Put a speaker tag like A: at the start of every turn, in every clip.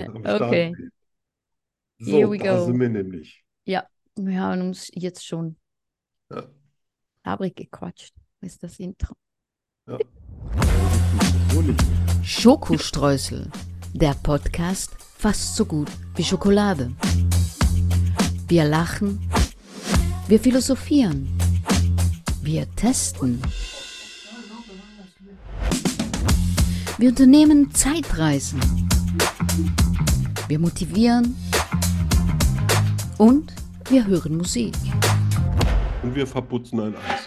A: Am Start.
B: Okay,
A: So,
B: here we
A: da sind
B: go.
A: wir nämlich.
B: Ja, wir haben uns jetzt schon
A: Ja,
B: labrig gequatscht. Ist das Intro?
A: ja. Aber richtig wohlig.
C: Schokostreusel, der Podcast fast so gut wie Schokolade. Wir lachen, wir philosophieren, wir testen. Wir unternehmen Zeitreisen. Wir motivieren und wir hören Musik.
A: Und wir verputzen ein Eis.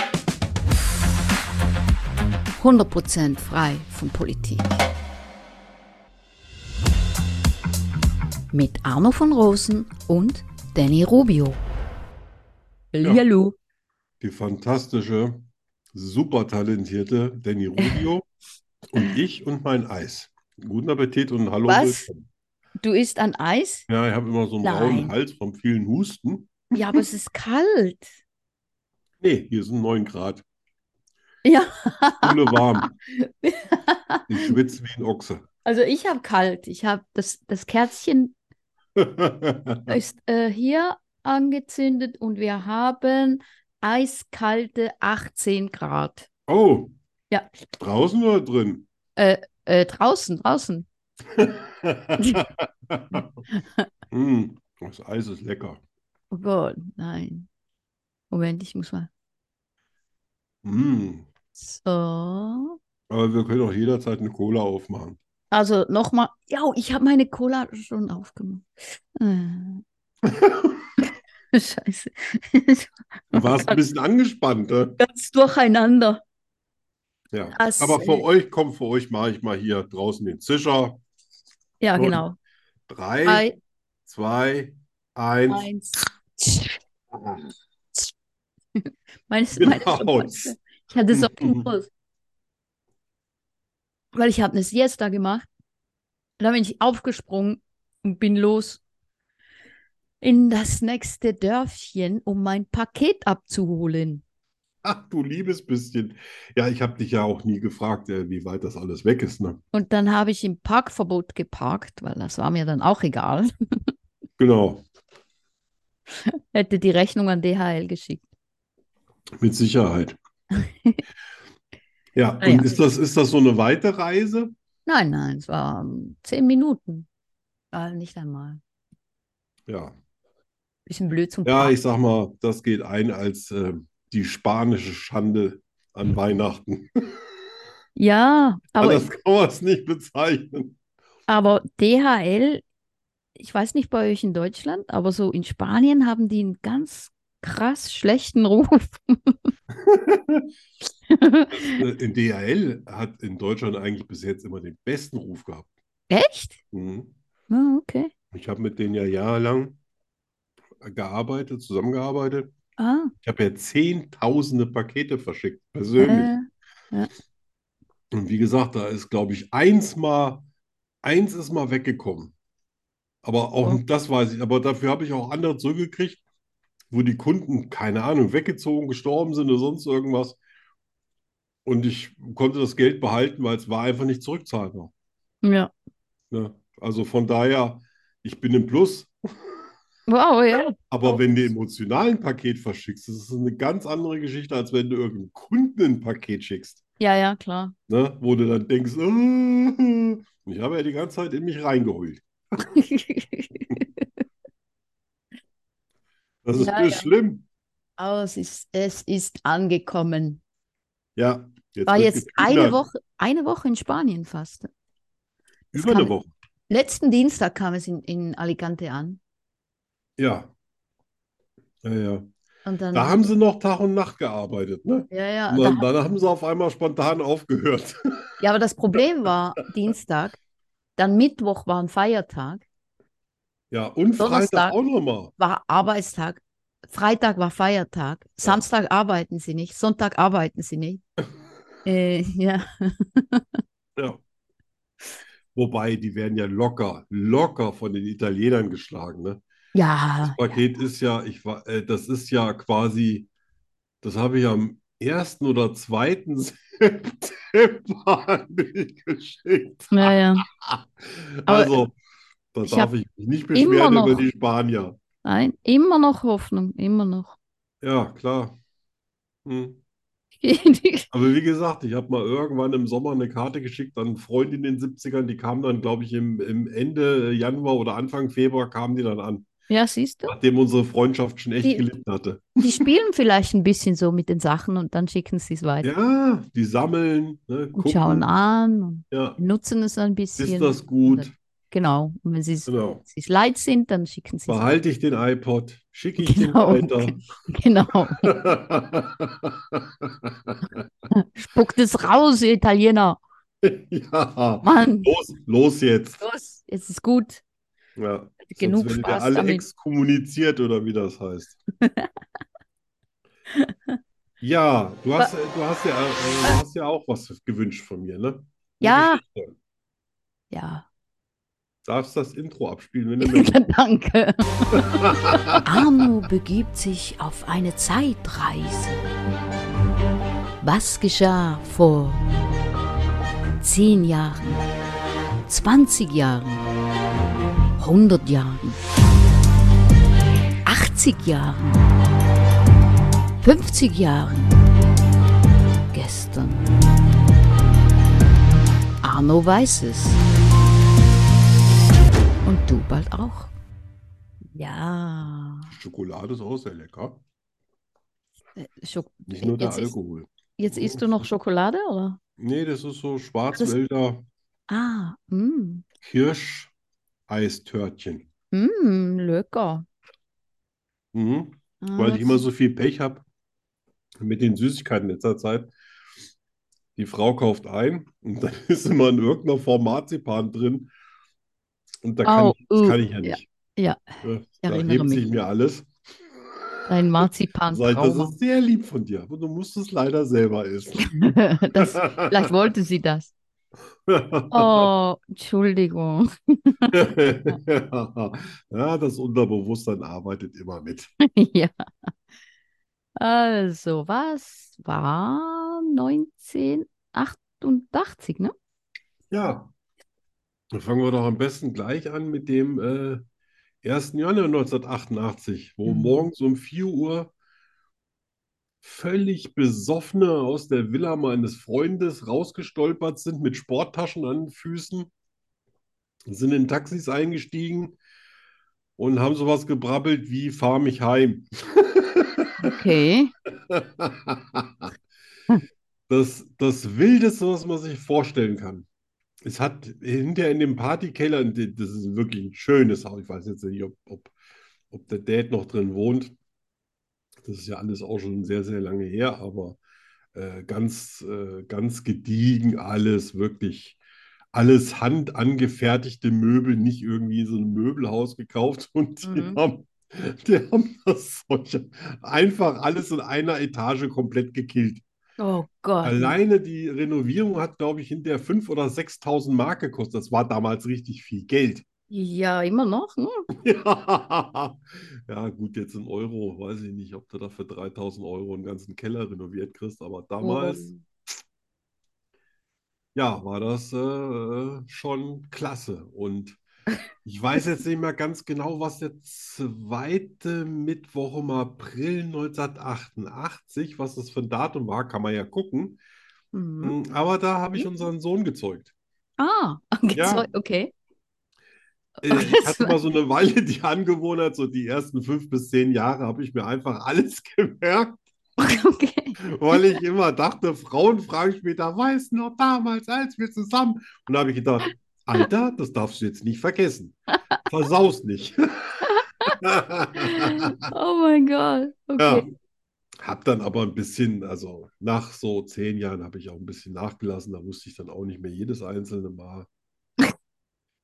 C: 100% frei von Politik. Mit Arno von Rosen und Danny Rubio.
A: Ja,
B: Hallihallo.
A: die fantastische, super talentierte Danny Rubio und ich und mein Eis. Guten Appetit und hallo.
B: Was?
A: willkommen.
B: Du isst an Eis?
A: Ja, ich habe immer so einen braunen
B: Nein.
A: Hals vom vielen Husten.
B: Ja, aber es ist kalt.
A: Nee, hier sind 9 Grad.
B: Ja,
A: Schule warm. Ich schwitze wie ein Ochse.
B: also ich habe kalt. Ich habe das, das Kerzchen ist äh, hier angezündet und wir haben eiskalte 18 Grad.
A: Oh,
B: Ja.
A: draußen oder drin?
B: Äh, draußen, draußen.
A: Mm, das Eis ist lecker.
B: Oh Gott, nein. Moment, ich muss mal.
A: Mm.
B: So.
A: Aber wir können auch jederzeit eine Cola aufmachen.
B: Also nochmal, ja, ich habe meine Cola schon aufgemacht. Äh, Scheiße.
A: Du warst ein bisschen angespannt, ne?
B: Ganz durcheinander.
A: Ja.
B: Das,
A: Aber für
B: äh,
A: euch, komm, für euch mache ich mal hier draußen den Zischer.
B: ja,
A: Und
B: genau.
A: Drei,
B: Drei,
A: zwei, eins.
B: eins. Meines, meine
A: Genau. Mhm.
B: Schubladen. ich hatte so viel Durst, weil ich habe eine Siesta gemacht. Da bin ich aufgesprungen und bin los in das nächste Dörfchen, um mein Paket abzuholen.
A: Ach, du liebes bisschen. Ja, ich habe dich ja auch nie gefragt, äh, wie weit das alles weg ist, ne?
B: Und dann habe ich im Parkverbot geparkt, weil das war mir dann auch egal.
A: Genau,
B: Hätte die Rechnung an DHL geschickt.
A: mit Sicherheit. Ah Ja,
B: Naja.
A: und ist das, ist das so eine weite Reise?
B: Nein, nein, es war ähm, zehn Minuten. Ah, nicht einmal.
A: Ja.
B: Bisschen blöd zum
A: Ja,
B: Parken.
A: ich sag mal, das geht ein als äh, die spanische Schande an Weihnachten.
B: Ja, aber,
A: Anders kann man es nicht bezeichnen.
B: aber DHL, ich weiß nicht bei euch in Deutschland, aber so in Spanien haben die einen ganz krass schlechten Ruf.
A: Äh, In DHL hat in Deutschland eigentlich bis jetzt immer den besten Ruf gehabt.
B: Echt?
A: Mhm.
B: Ah, okay.
A: Ich habe mit denen ja jahrelang gearbeitet, zusammengearbeitet.
B: Ah,
A: Ich habe ja zehntausende Pakete verschickt, persönlich.
B: äh,
A: Und wie gesagt, da ist, glaube ich, eins mal, eins ist mal weggekommen. Aber auch
B: Oh.
A: das weiß ich. Aber dafür habe ich auch andere zurückgekriegt, wo die Kunden, keine Ahnung, weggezogen, gestorben sind oder sonst irgendwas. Und ich konnte das Geld behalten, weil es war einfach nicht zurückzahlbar.
B: ja.
A: Ne? Also von daher, ich bin im Plus.
B: Wow, ja.
A: Aber wenn du emotional ein Paket verschickst, das ist eine ganz andere Geschichte, als wenn du irgendeinem Kunden ein Paket schickst.
B: Ja, ja, klar.
A: Ne? Wo du dann denkst, "Äh." ich habe ja die ganze Zeit in mich reingeheult. Das ist
B: Ja,
A: mir
B: ja.
A: schlimm.
B: Aber es ist, es ist angekommen.
A: Ja, jetzt
B: War
A: wird
B: jetzt eine
A: gekichert.
B: Woche, eine Woche in Spanien fast. es
A: Über eine
B: kann-
A: Woche.
B: Letzten Dienstag kam es in, in Alicante an.
A: Ja. Ja, ja.
B: Und dann,
A: Da haben sie noch Tag und Nacht gearbeitet, ne?
B: ja, ja,
A: Und
B: da,
A: dann, dann haben sie auf einmal spontan aufgehört.
B: ja, aber das Problem war Dienstag, dann Mittwoch war ein Feiertag,
A: Ja, und Freitag
B: Donnerstag.
A: auch nochmal.
B: war Arbeitstag, Freitag war Feiertag, Samstag arbeiten sie nicht, Sonntag arbeiten sie nicht. Äh, ja,
A: Ja. Wobei, die werden ja locker, locker von den Italienern geschlagen, ne?
B: Ah, ja,
A: Das Paket ist ja, ich war, äh, das ist ja quasi, das habe ich am 1. oder 2. September an mich geschickt.
B: ja, ja.
A: Also, Da
B: Ich
A: darf
B: hab
A: ich mich nicht
B: immer
A: beschweren
B: noch-
A: über die Spanier.
B: Nein, immer noch Hoffnung, immer noch.
A: Ja, klar. Hm. Aber wie gesagt, ich habe mal irgendwann im Sommer eine Karte geschickt an einen Freund in den 70ern, die kam dann, glaube ich, im, im Ende Januar oder Anfang Februar kamen die dann an,
B: Ja, siehst du?
A: nachdem unsere Freundschaft schon echt
B: Die-
A: gelitten hatte.
B: Die spielen vielleicht ein bisschen so mit den Sachen und dann schicken sie es weiter
A: Ja, die sammeln, ne,
B: und schauen
A: gucken,
B: an und
A: ja,
B: nutzen es ein bisschen.
A: ist das gut?
B: Genau. Und wenn sie es
A: Genau.
B: sie es leid sind, dann schicken sie es
A: Behalte ich den iPod, schicke ich den
B: Genau.
A: weiter.
B: Genau. Spuckt es raus, ihr Italiener.
A: Ja,
B: Mann,
A: los, los jetzt.
B: los, es ist gut.
A: Ja,
B: Genug
A: sonst werden wir
B: Spaß
A: alle
B: damit.
A: exkommuniziert oder wie das heißt. Ja, du hast, äh, du hast ja, äh, du hast ja auch was gewünscht von mir, ne? Eine
B: Ja.
A: Geschichte.
B: Ja,
A: Darfst das Intro abspielen, wenn du möchtest.
B: danke.
C: Arno begibt sich auf eine Zeitreise. Was geschah vor 10 Jahren, 20 Jahren, 100 Jahren, 80 Jahren, 50 Jahren, gestern? Arno weiß es. Und du bald auch.
B: Ja.
A: Schokolade ist auch sehr lecker.
B: Äh, Schok
A: Nicht nur der
B: Jetzt ist-
A: Alkohol.
B: Jetzt isst du noch Schokolade, oder?
A: Nee, das ist so Schwarzwälder
B: Ah, mm.
A: Kirsch-Eistörtchen.
B: Mm, lecker.
A: Mhm.
B: Ah,
A: weil ich
B: das-
A: immer so viel Pech habe mit den Süßigkeiten in letzter Zeit. Die Frau kauft ein und dann ist immer in irgendeiner Form Marzipan drin. Und da kann,
B: Au,
A: ich, das
B: uh,
A: kann ich ja
B: ja,
A: nicht.
B: ja.
A: Ne,
B: Ich
A: da
B: erinnere
A: hebt
B: mich.
A: sich mir alles.
B: Dein
A: Dann Sag ich, das
B: Marzipan-Trauma.
A: ist sehr lieb von dir, aber du musst es leider selber essen.
B: Das, vielleicht wollte sie das. Oh, Entschuldigung.
A: ja, das Unterbewusstsein arbeitet immer mit.
B: Ja. Also, was war 1988, ne?
A: Ja, dann fangen wir doch am besten gleich an mit dem äh, 1. Januar 1988, wo
B: Mhm.
A: morgens um 4 Uhr völlig Besoffene aus der Villa meines Freundes rausgestolpert sind mit Sporttaschen an den Füßen, sind in Taxis eingestiegen und haben sowas gebrabbelt wie fahr mich heim.
B: Okay.
A: Das, das Wildeste, was man sich vorstellen kann. Es hat hinter in dem Partykeller, und die- das ist wirklich ein schönes Haus. Ich weiß jetzt nicht, ob, ob, ob der Dad noch drin wohnt. Das ist ja alles auch schon sehr, sehr lange her, aber äh, ganz, äh, ganz gediegen alles, wirklich alles handangefertigte Möbel, nicht irgendwie so ein Möbelhaus gekauft und die
B: Mhm.
A: haben, die haben das solche, einfach alles in einer Etage komplett gekillt.
B: Oh Gott.
A: Alleine die Renovierung hat, glaube ich, hinterher 5.000 oder 6.000 Mark gekostet. Das war damals richtig viel Geld.
B: Ja, immer noch. Hm?
A: Ja, ja gut, jetzt in Euro, weiß ich nicht, ob du da für 3.000 Euro einen ganzen Keller renoviert kriegst, aber damals,
B: Oh.
A: ja, war das äh, schon klasse. Und ich weiß jetzt nicht mehr ganz genau, was der zweite Mittwoch im April 1988, was das für ein Datum war, kann man ja gucken.
B: Mhm.
A: Hm, Aber da habe ich unseren Sohn gezeugt.
B: Ah,
A: Ja.
B: okay.
A: Äh, Ich hatte
B: Das war-
A: mal so eine Weile die Angewohnheit, so die ersten fünf bis zehn Jahre habe ich mir einfach alles gemerkt,
B: Okay.
A: weil ich immer dachte, Frauen fragen später, weißt du noch damals, als wir zusammen. Und da habe ich gedacht, Alter, das darfst du jetzt nicht vergessen. Versaus nicht. Ja,
B: Oh mein Gott. Okay.
A: hab dann aber ein bisschen, also nach so zehn Jahren habe ich auch ein bisschen nachgelassen, da wusste ich dann auch nicht mehr jedes einzelne Mal.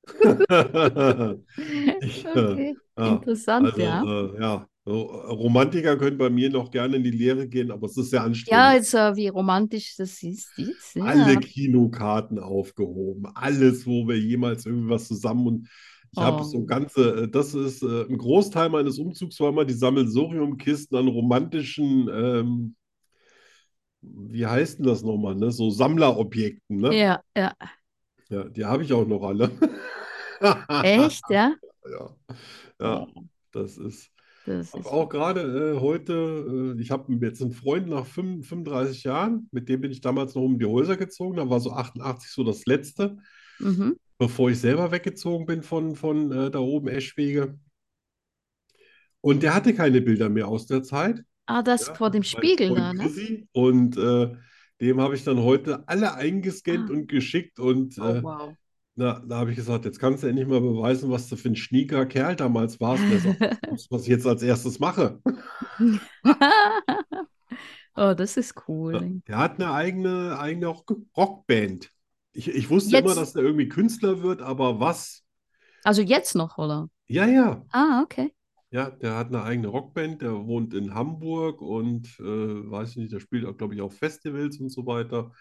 A: Ich, äh,
B: Okay.
A: ja.
B: Interessant,
A: Also,
B: ja.
A: äh, ja, so, äh, Romantiker können bei mir noch gerne in die Lehre gehen, aber es ist sehr
B: Ja,
A: anstrengend.
B: jetzt, äh, wie romantisch das ist. ist ja.
A: Alle Kinokarten aufgehoben, alles, wo wir jemals irgendwas zusammen und ich habe
B: Oh.
A: so ganze, äh, das ist äh, ein Großteil meines Umzugs war immer die Sammelsuriumkisten an romantischen, ähm, wie heißt denn das nochmal, ne? So Sammlerobjekten, ne?
B: Ja, ja.
A: Ja, die habe ich auch noch alle.
B: Echt, ja?
A: Ja, ja, das ist.
B: Das
A: Hab
B: ist
A: auch gerade äh, heute, äh, ich habe jetzt einen Freund nach 5, 35 Jahren, mit dem bin ich damals noch um die Häuser gezogen. Da war so 88 so das Letzte,
B: mhm.
A: bevor ich selber weggezogen bin von, von äh, da oben Eschwege. Und der hatte keine Bilder mehr aus der Zeit.
B: Ah, das
A: Ja,
B: vor dem
A: mein
B: Spiegel da,
A: Freund
B: ne?
A: Chrissy. Und äh, dem habe ich dann heute alle eingescannt
B: Ah.
A: und geschickt. Und
B: Oh,
A: äh,
B: wow.
A: na, da habe ich gesagt, jetzt kannst du endlich mal beweisen, was du für ein schnieker Kerl damals warst. Der sagt, das ist, was ich jetzt als erstes mache.
B: Oh, das ist cool.
A: Der hat eine eigene, eigene Rock- Rockband. Ich, ich wusste immer,
B: Jetzt-
A: dass der irgendwie Künstler wird, aber was?
B: Also jetzt noch, oder?
A: Ja, ja.
B: Ah, okay.
A: Ja, der hat eine eigene Rockband, der wohnt in Hamburg und äh, weiß ich nicht, der spielt auch, glaube ich, auf Festivals und so weiter.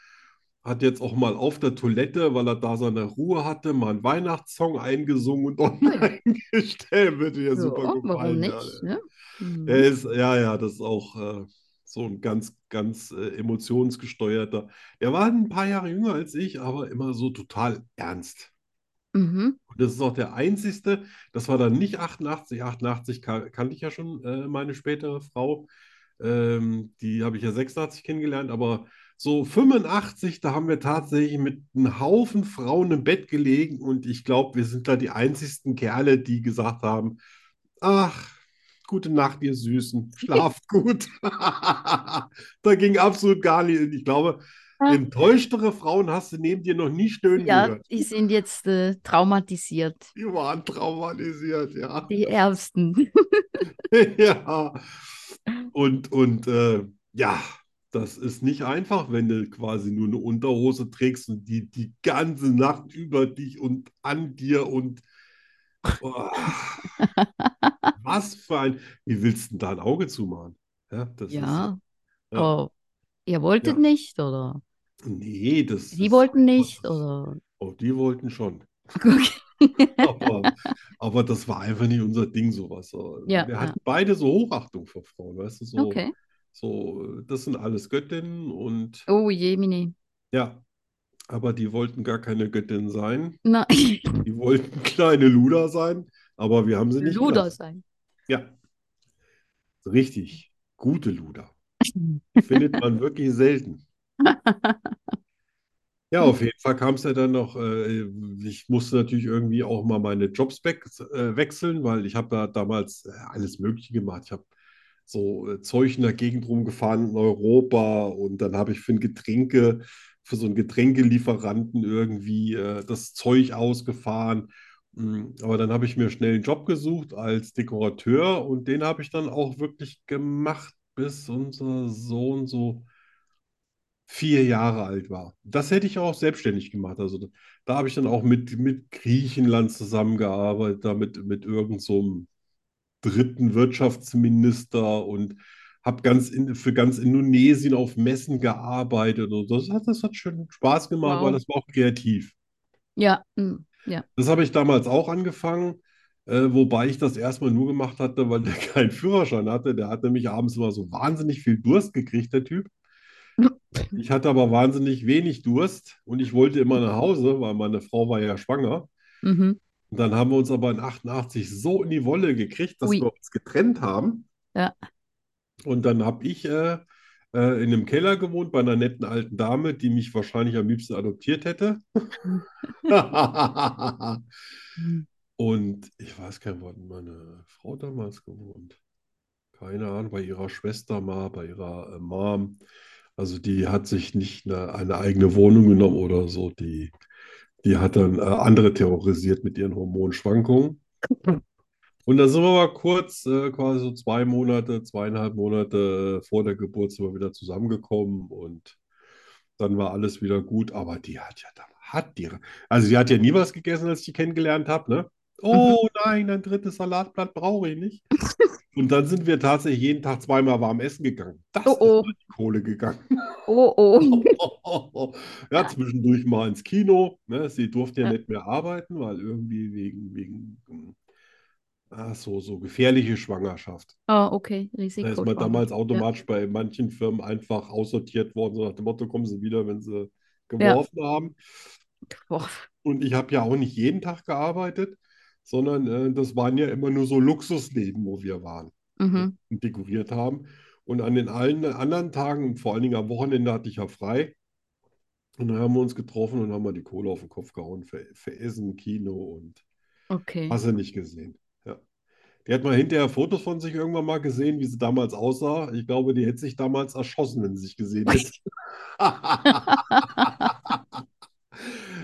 A: Hat jetzt auch mal auf der Toilette, weil er da seine Ruhe hatte, mal einen Weihnachtssong eingesungen und online gestellt. Würde ja
B: Ja,
A: super
B: oh, warum
A: gefallen. Ja.
B: nicht? Ne? Mhm.
A: Er ist, ja, ja, das ist auch äh, so ein ganz, ganz äh, emotionsgesteuerter. Er war ein paar Jahre jünger als ich, aber immer so total ernst.
B: Mhm.
A: Und das ist auch der einzigste, das war dann nicht 88, 88 ka- kannte ich ja schon äh, meine spätere Frau. Ähm, die habe ich ja 86 kennengelernt, aber so 85, da haben wir tatsächlich mit einem Haufen Frauen im Bett gelegen und ich glaube, wir sind da die einzigsten Kerle, die gesagt haben, ach, gute Nacht, ihr Süßen, schlaft gut. Da ging absolut gar nichts. Ich glaube, enttäuschtere Frauen hast du neben dir noch nie stöhnen
B: Ja,
A: gehört.
B: die sind jetzt äh, traumatisiert.
A: Die waren traumatisiert, ja.
B: Die Ärmsten.
A: Ja. Und, und äh, ja, das ist nicht einfach, wenn du quasi nur eine Unterhose trägst und die die ganze Nacht über dich und an dir und oh, was für ein. Wie willst du denn da ein Auge zumachen? Ja, das
B: Ja.
A: Ja.
B: Oh, ihr wolltet
A: Ja.
B: nicht, oder?
A: ist. Nee, das
B: Sie
A: ist.
B: wollten nicht, oder?
A: Oh, die wollten schon.
B: Okay.
A: Aber, aber das war einfach nicht unser Ding, sowas.
B: Ja,
A: Wir hatten beide so Hochachtung vor Frauen, weißt du, so.
B: Okay.
A: So, äh, das sind alles Göttinnen und
B: Oh, Jemini.
A: ja, aber die wollten gar keine Göttinnen sein.
B: Nein.
A: Die wollten kleine Luder sein, aber wir haben sie nicht
B: Luder
A: gelassen.
B: sein.
A: Ja, richtig. Gute Luder. Findet man wirklich selten. Ja, auf jeden Fall kam es ja dann noch. Äh, ich musste natürlich irgendwie auch mal meine Jobs weg, äh, wechseln, weil ich habe ja damals äh, alles Mögliche gemacht. Ich habe so äh, Zeug in der Gegend rumgefahren in Europa und dann habe ich für ein Getränke, für so einen Getränkelieferanten irgendwie äh, das Zeug ausgefahren. Mm, Aber dann habe ich mir schnell einen Job gesucht als Dekorateur und den habe ich dann auch wirklich gemacht, bis unser Sohn so vier Jahre alt war. Das hätte ich auch selbstständig gemacht. Also da, da habe ich dann auch mit, mit Griechenland zusammengearbeitet, da mit, mit irgend so einem dritten Wirtschaftsminister und habe ganz in, für ganz Indonesien auf Messen gearbeitet. Und das hat, das hat schön Spaß gemacht,
B: Wow.
A: weil das war auch kreativ.
B: Ja, mm, ja.
A: Das habe ich damals auch angefangen, äh, wobei ich das erstmal nur gemacht hatte, weil der keinen Führerschein hatte. Der hat nämlich abends immer so wahnsinnig viel Durst gekriegt, der Typ. Ich hatte aber wahnsinnig wenig Durst und ich wollte immer nach Hause, weil meine Frau war ja schwanger.
B: Mhm.
A: Und dann haben wir uns aber in 88 so in die Wolle gekriegt, dass
B: Ui.
A: wir uns getrennt haben.
B: Ja.
A: Und dann habe ich äh, äh, in einem Keller gewohnt bei einer netten alten Dame, die mich wahrscheinlich am liebsten adoptiert hätte. Und ich weiß gar nicht, wo hat meine Frau damals gewohnt? Keine Ahnung, bei ihrer Schwester mal, bei ihrer äh, Mom. Also die hat sich nicht eine, eine eigene Wohnung genommen oder so. Die, die hat dann äh, andere terrorisiert mit ihren Hormonschwankungen. Und dann sind wir mal kurz, äh, quasi so zwei Monate, zweieinhalb Monate äh, vor der Geburt sind wir wieder zusammengekommen und dann war alles wieder gut. Aber die hat ja da, hat die, also die hat ja nie was gegessen, als ich die kennengelernt habe, ne?
B: Mhm.
A: Oh nein, ein drittes Salatblatt brauche ich nicht. Und dann sind wir tatsächlich jeden Tag zweimal warm essen gegangen. Das
B: Oh, oh.
A: ist durch die Kohle gegangen.
B: Oh, oh.
A: Ja, zwischendurch mal ins Kino. Ne? Sie durfte ja
B: Ja.
A: nicht mehr arbeiten, weil irgendwie wegen, wegen ähm, ach so, so gefährliche Schwangerschaft.
B: Ah, okay.
A: Da ist
B: Risiko.
A: man damals automatisch bei manchen Firmen einfach aussortiert worden, so nach dem Motto, kommen Sie wieder, wenn Sie geworfen haben.
B: Boah.
A: Und ich habe ja auch nicht jeden Tag gearbeitet, sondern äh, das waren ja immer nur so Luxusleben, wo wir waren
B: Mhm.
A: und dekoriert haben. Und an den allen anderen Tagen, und vor allen Dingen am Wochenende, hatte ich ja frei. Und dann haben wir uns getroffen und haben mal die Kohle auf den Kopf gehauen für, für Essen, Kino und
B: Okay.
A: hast du nicht gesehen. Ja. Die hat mal hinterher Fotos von sich irgendwann mal gesehen, wie sie damals aussah. Ich glaube, die hätte sich damals erschossen, wenn sie sich gesehen hätte.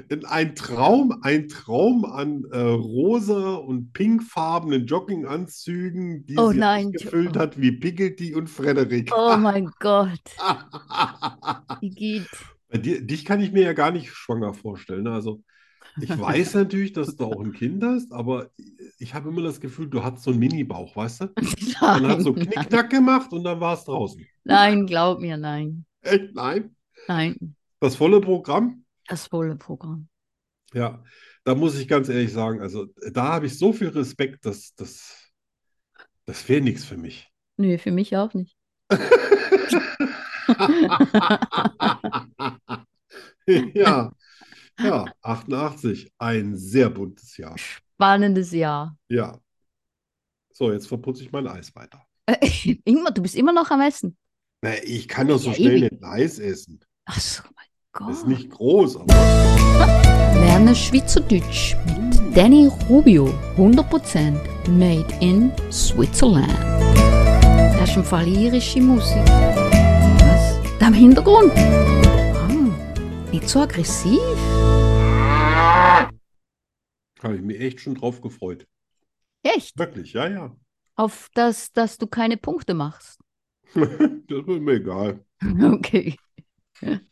A: In ein Traum, ein Traum an äh, rosa und pinkfarbenen Jogginganzügen, die
B: Oh
A: sie
B: nein,
A: gefüllt
B: oh.
A: hat wie Piggledy und Frederik.
B: Oh mein Gott, Oh. Igitt.
A: Bei dir, dich kann ich mir ja gar nicht schwanger vorstellen. ne? Also, ich weiß natürlich, dass du auch ein Kind hast, aber ich habe immer das Gefühl, du hattest so einen Mini-Bauch, weißt du? Und hast so
B: Nein,
A: Knickknack gemacht und dann war es draußen.
B: nein, glaub mir, nein.
A: Echt? Nein?
B: Nein,
A: Das volle Programm?
B: das volle Programm.
A: Ja, da muss ich ganz ehrlich sagen, also da habe ich so viel Respekt, dass das, das wäre nichts für mich.
B: Nee, für mich auch nicht.
A: Ja, ja, 88, ein sehr buntes Jahr.
B: Spannendes Jahr.
A: Ja. So, jetzt verputze ich mein Eis weiter.
B: Immer, du bist immer noch am Essen.
A: Na, ich kann doch so
B: Ja,
A: schnell
B: ewig.
A: nicht ein Eis essen.
B: Ach so, mein Gott.
A: Ist nicht groß, aber
C: Lerne Schweizerdeutsch mit Danny Rubio. 100% made in Switzerland. Das ist im Fall irische Musik. Was? Da im Hintergrund. Ah, nicht so aggressiv.
A: habe ich mich echt schon drauf gefreut.
B: Echt?
A: Wirklich, ja, ja.
B: Auf das, dass du keine Punkte machst.
A: Das ist mir egal.
B: Okay.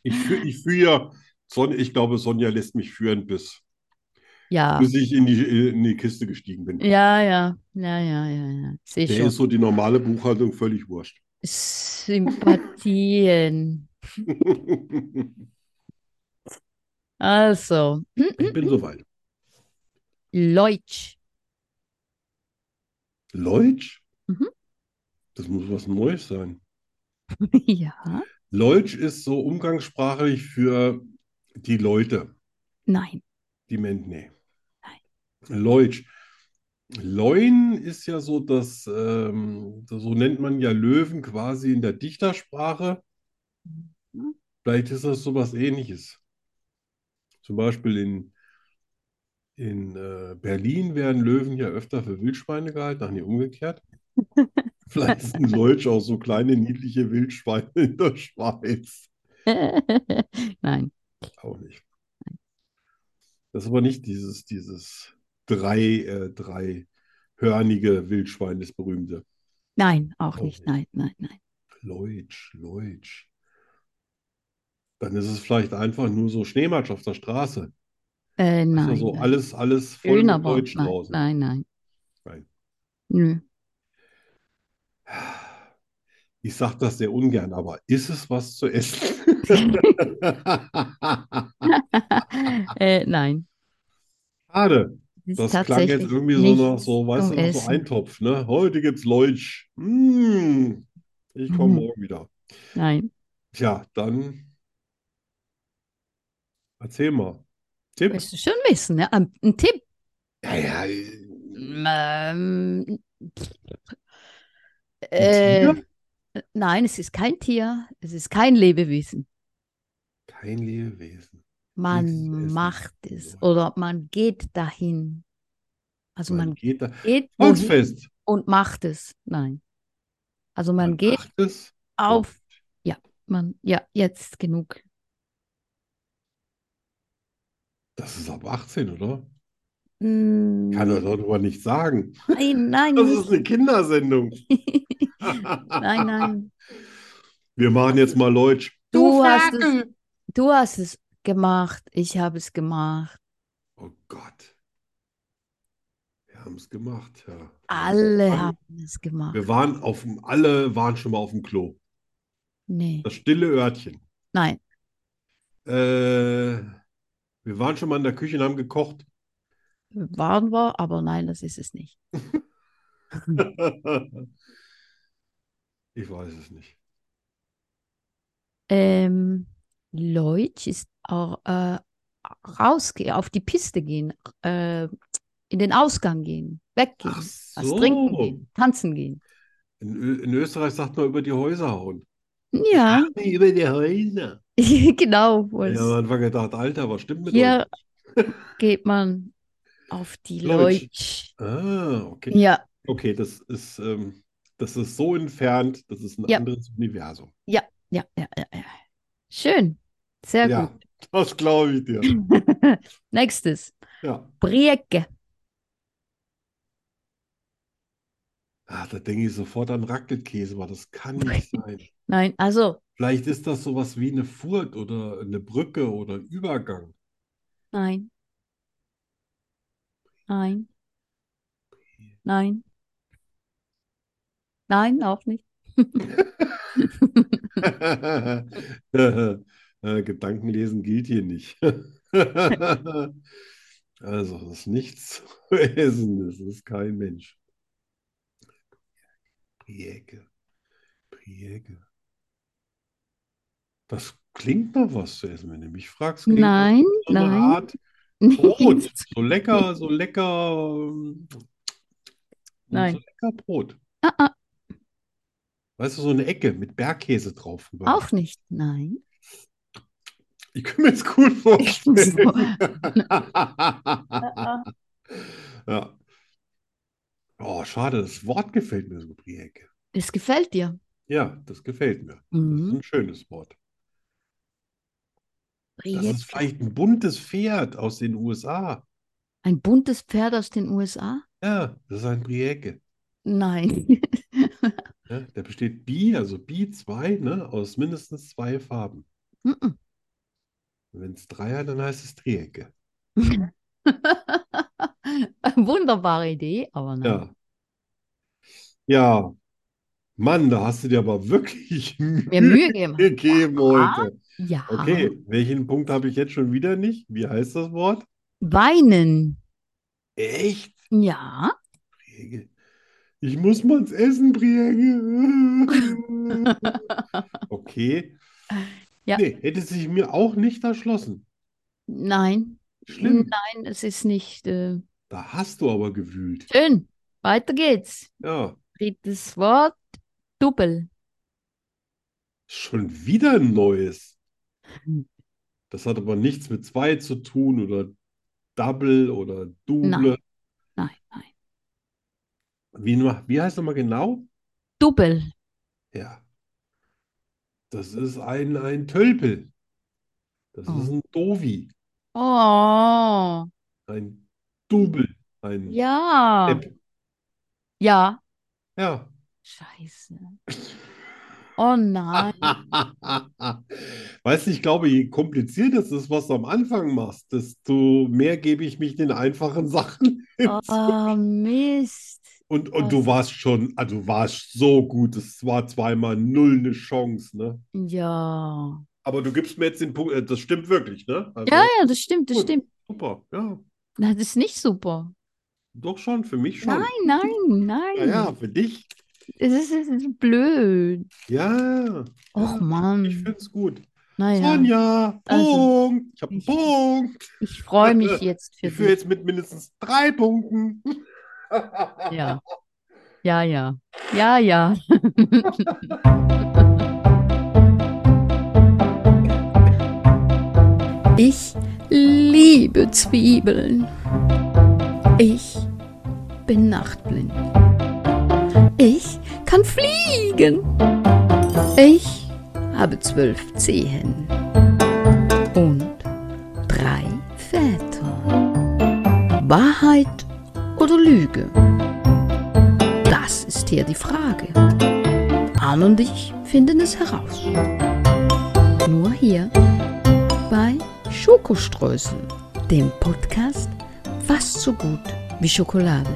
A: Ich führe ich führ ja, Son, ich glaube, Sonja lässt mich führen, bis,
B: Ja.
A: bis ich in die, in die Kiste gestiegen bin.
B: Ja, ja. Ja, ja, ja, ja. Sehe
A: Der ist
B: schon.
A: so die normale Buchhaltung völlig wurscht.
B: Sympathien.
A: Ich
B: Also,
A: bin soweit.
B: Leutsch.
A: Leutsch?
B: Mhm.
A: Das muss was Neues sein.
B: Ja.
A: Leutsch ist so umgangssprachlich für die Leute.
B: Nein.
A: Die Ment, nee. Leutsch. Leun ist ja so, dass ähm, so nennt man ja Löwen quasi in der Dichtersprache. Vielleicht ist das sowas Ähnliches. Zum Beispiel in, in äh, Berlin werden Löwen ja öfter für Wildschweine gehalten, ach nee, umgekehrt. Vielleicht ist ein Leutsch auch so kleine, niedliche Wildschweine in der Schweiz.
B: Nein.
A: Auch nicht. Das ist aber nicht dieses, dieses drei, äh, dreihörnige Wildschwein, das berühmte.
B: Nein, auch
A: Auch nicht.
B: nicht. Nein, nein, nein.
A: Leutsch, Leutsch. Dann ist es vielleicht einfach nur so Schneematsch auf der Straße.
B: Äh,
A: Also
B: nein,
A: so
B: nein.
A: alles, alles voll
B: Schön,
A: mit
B: aber
A: Deutsch
B: nein,
A: draußen.
B: nein, nein.
A: Nein.
B: Nö.
A: Ich sage das sehr ungern, aber ist es was zu essen?
B: äh, nein.
A: Schade.
B: Es
A: Das
B: ist
A: klang jetzt
B: tatsächlich
A: irgendwie so nach
B: nichts
A: so, weißt
B: zum
A: du, nach so
B: Essen.
A: Eintopf, ne? Heute gibt's Leutsch. Mm. Ich komme
B: Mhm.
A: morgen wieder.
B: Nein.
A: Tja, dann erzähl mal. Tipp?
B: Willst du schon wissen, ne? Ein, ein Tipp.
A: Ja, ja, äh,
B: Ähm, pff, äh,
A: Tier?
B: nein, es ist kein Tier. Es ist kein Lebewesen.
A: kein Lebewesen.
B: Man
A: Nichts zu essen.
B: macht es
A: Leute.
B: oder man geht dahin. Also man,
A: Man geht da.
B: geht wohin
A: Volksfest.
B: und macht es. Nein. Also man,
A: Man
B: geht
A: macht es.
B: auf. Ja, man, ja, jetzt genug.
A: Das ist ab 18, oder?
B: Mm,
A: Kann er darüber nicht sagen.
B: Nein, nein,
A: Das ist
B: nicht.
A: eine Kindersendung.
B: Nein, nein.
A: Wir machen jetzt mal Leutsch.
B: Du hast es, du hast es gemacht. Ich habe es gemacht.
A: Oh Gott. Wir haben es gemacht, ja.
B: Alle
A: Wir waren,
B: haben es gemacht.
A: wir waren auf dem, alle waren schon mal auf dem Klo.
B: Nee,
A: Das stille Örtchen.
B: nein,
A: Äh, wir waren schon mal in der Küche und haben gekocht.
B: waren wir, aber nein, das ist es nicht.
A: Ich weiß es nicht.
B: Ähm, Leutsch ist auch äh, rausgehen, auf die Piste gehen, äh, in den Ausgang gehen, weggehen,
A: Ach
B: was
A: so.
B: trinken gehen, tanzen gehen.
A: In, Ö- in Österreich sagt man über die Häuser hauen.
B: Ja,
A: Über die Häuser.
B: genau.
A: Ich
B: Ah. was-
A: habe am Anfang gedacht, Alter, was stimmt mit
B: Hier geht man auf die
A: Leutsch. euch?
B: Leute.
A: Ah, okay.
B: Ja,
A: Okay, das ist, ähm, das ist so entfernt, das ist ein
B: Ja.
A: anderes Universum.
B: ja, ja, ja. ja. Schön. Sehr
A: Ja, das glaube ich dir.
B: gut. Nächstes.
A: Ja.
B: Brieke.
A: Ah, da denke ich sofort an Racletkäse, aber das kann nicht sein.
B: Nein, also,
A: Vielleicht ist das sowas wie eine Furt oder eine Brücke oder ein Übergang.
B: nein. Nein. Nein. Nein, auch nicht.
A: äh, Gedankenlesen gilt hier nicht. also, das ist nichts zu essen, das ist kein Mensch. Priege. Priege. Das klingt nach was zu essen, wenn du mich fragst. Klingt nach
B: Nein,
A: so einer
B: nein.
A: Art Brot. So lecker, so lecker. ähm,
B: Nein.
A: So lecker Brot.
B: Ah, ah,
A: Weißt du, so eine Ecke mit Bergkäse drauf. überall.
B: auch nicht. Nein.
A: Ich kann mir jetzt gut vorstellen.
B: Ah, ah.
A: Ja. Oh, schade, das Wort gefällt mir so, Brieke.
B: Es gefällt dir.
A: Ja, das gefällt mir. Das ist
B: Mhm.
A: ein schönes Wort. Das
B: Brieke.
A: ist vielleicht ein buntes Pferd aus den USA.
B: Ein buntes Pferd aus den USA?
A: Ja, das ist ein Brieke.
B: Nein.
A: Ja, ne? der besteht Bi, also Bi 2, ne, aus mindestens zwei Farben.
B: Mhm.
A: Wenn es Dreier, dann heißt es Dreiecke.
B: Wunderbare Idee, aber nein.
A: Ja. Ja. Mann, da hast du dir aber wirklich
B: Mir
A: Mühe
B: Mühe Ah. gegeben.
A: gegeben heute.
B: Ja.
A: Okay, welchen Punkt habe ich jetzt schon wieder nicht? Wie heißt das Wort?
B: Weinen.
A: Echt?
B: Ja.
A: Briege. Ich muss mal ins Essen, Briege. Okay.
B: Ja.
A: Nee, hätte sich mir auch nicht erschlossen.
B: Nein.
A: Schlimm.
B: Nein, es ist nicht äh,
A: Da hast du aber gewühlt.
B: schön. Weiter geht's.
A: Ja,
B: Drittes Wort. Double.
A: schon wieder ein neues.
B: Hm.
A: Das hat aber nichts mit zwei zu tun oder Double oder Double.
B: Nein, nein.
A: Wie, nur- wie heißt nochmal genau?
B: Double.
A: Ja. Das ist ein, ein Tölpel. Das
B: Oh.
A: ist ein Dovi,
B: Oh.
A: ein Double, ein
B: Ja.
A: Depp.
B: Ja.
A: Ja.
B: Scheiße. Oh nein.
A: Weißt du, ich glaube, je komplizierter es ist, was du am Anfang machst, desto mehr gebe ich mich den einfachen Sachen hinzu.
B: Oh, Mist.
A: Und, und du warst schon, ah, du warst so gut. Es war zweimal null eine Chance, ne?
B: Ja.
A: Aber du gibst mir jetzt den Punkt, äh, das stimmt wirklich, ne? Also,
B: Ja, ja, das stimmt, das
A: Gut.
B: stimmt.
A: super, ja.
B: Na, das ist nicht super.
A: Doch schon, für mich schon.
B: Nein, nein, nein.
A: Ja, ja, für dich.
B: Es ist, es ist blöd.
A: Ja,
B: Och
A: Ja, ich
B: Mann.
A: finde es gut.
B: Naja,
A: Sonja,
B: Hm. Also,
A: Punkt. Ich habe einen
B: ich-
A: Punkt.
B: ich freue mich jetzt für
A: Ich führe
B: dich.
A: jetzt mit mindestens drei Punkten.
B: Ja. Ja, ja. Ja, ja.
C: Ich liebe Zwiebeln. Ich bin nachtblind. Ich kann fliegen. Ich habe zwölf Zehen und drei Väter. Wahrheit oder Lüge? Das ist hier die Frage. Arne und ich finden es heraus. Nur hier bei Schokoströßen, dem Podcast fast so gut wie Schokolade.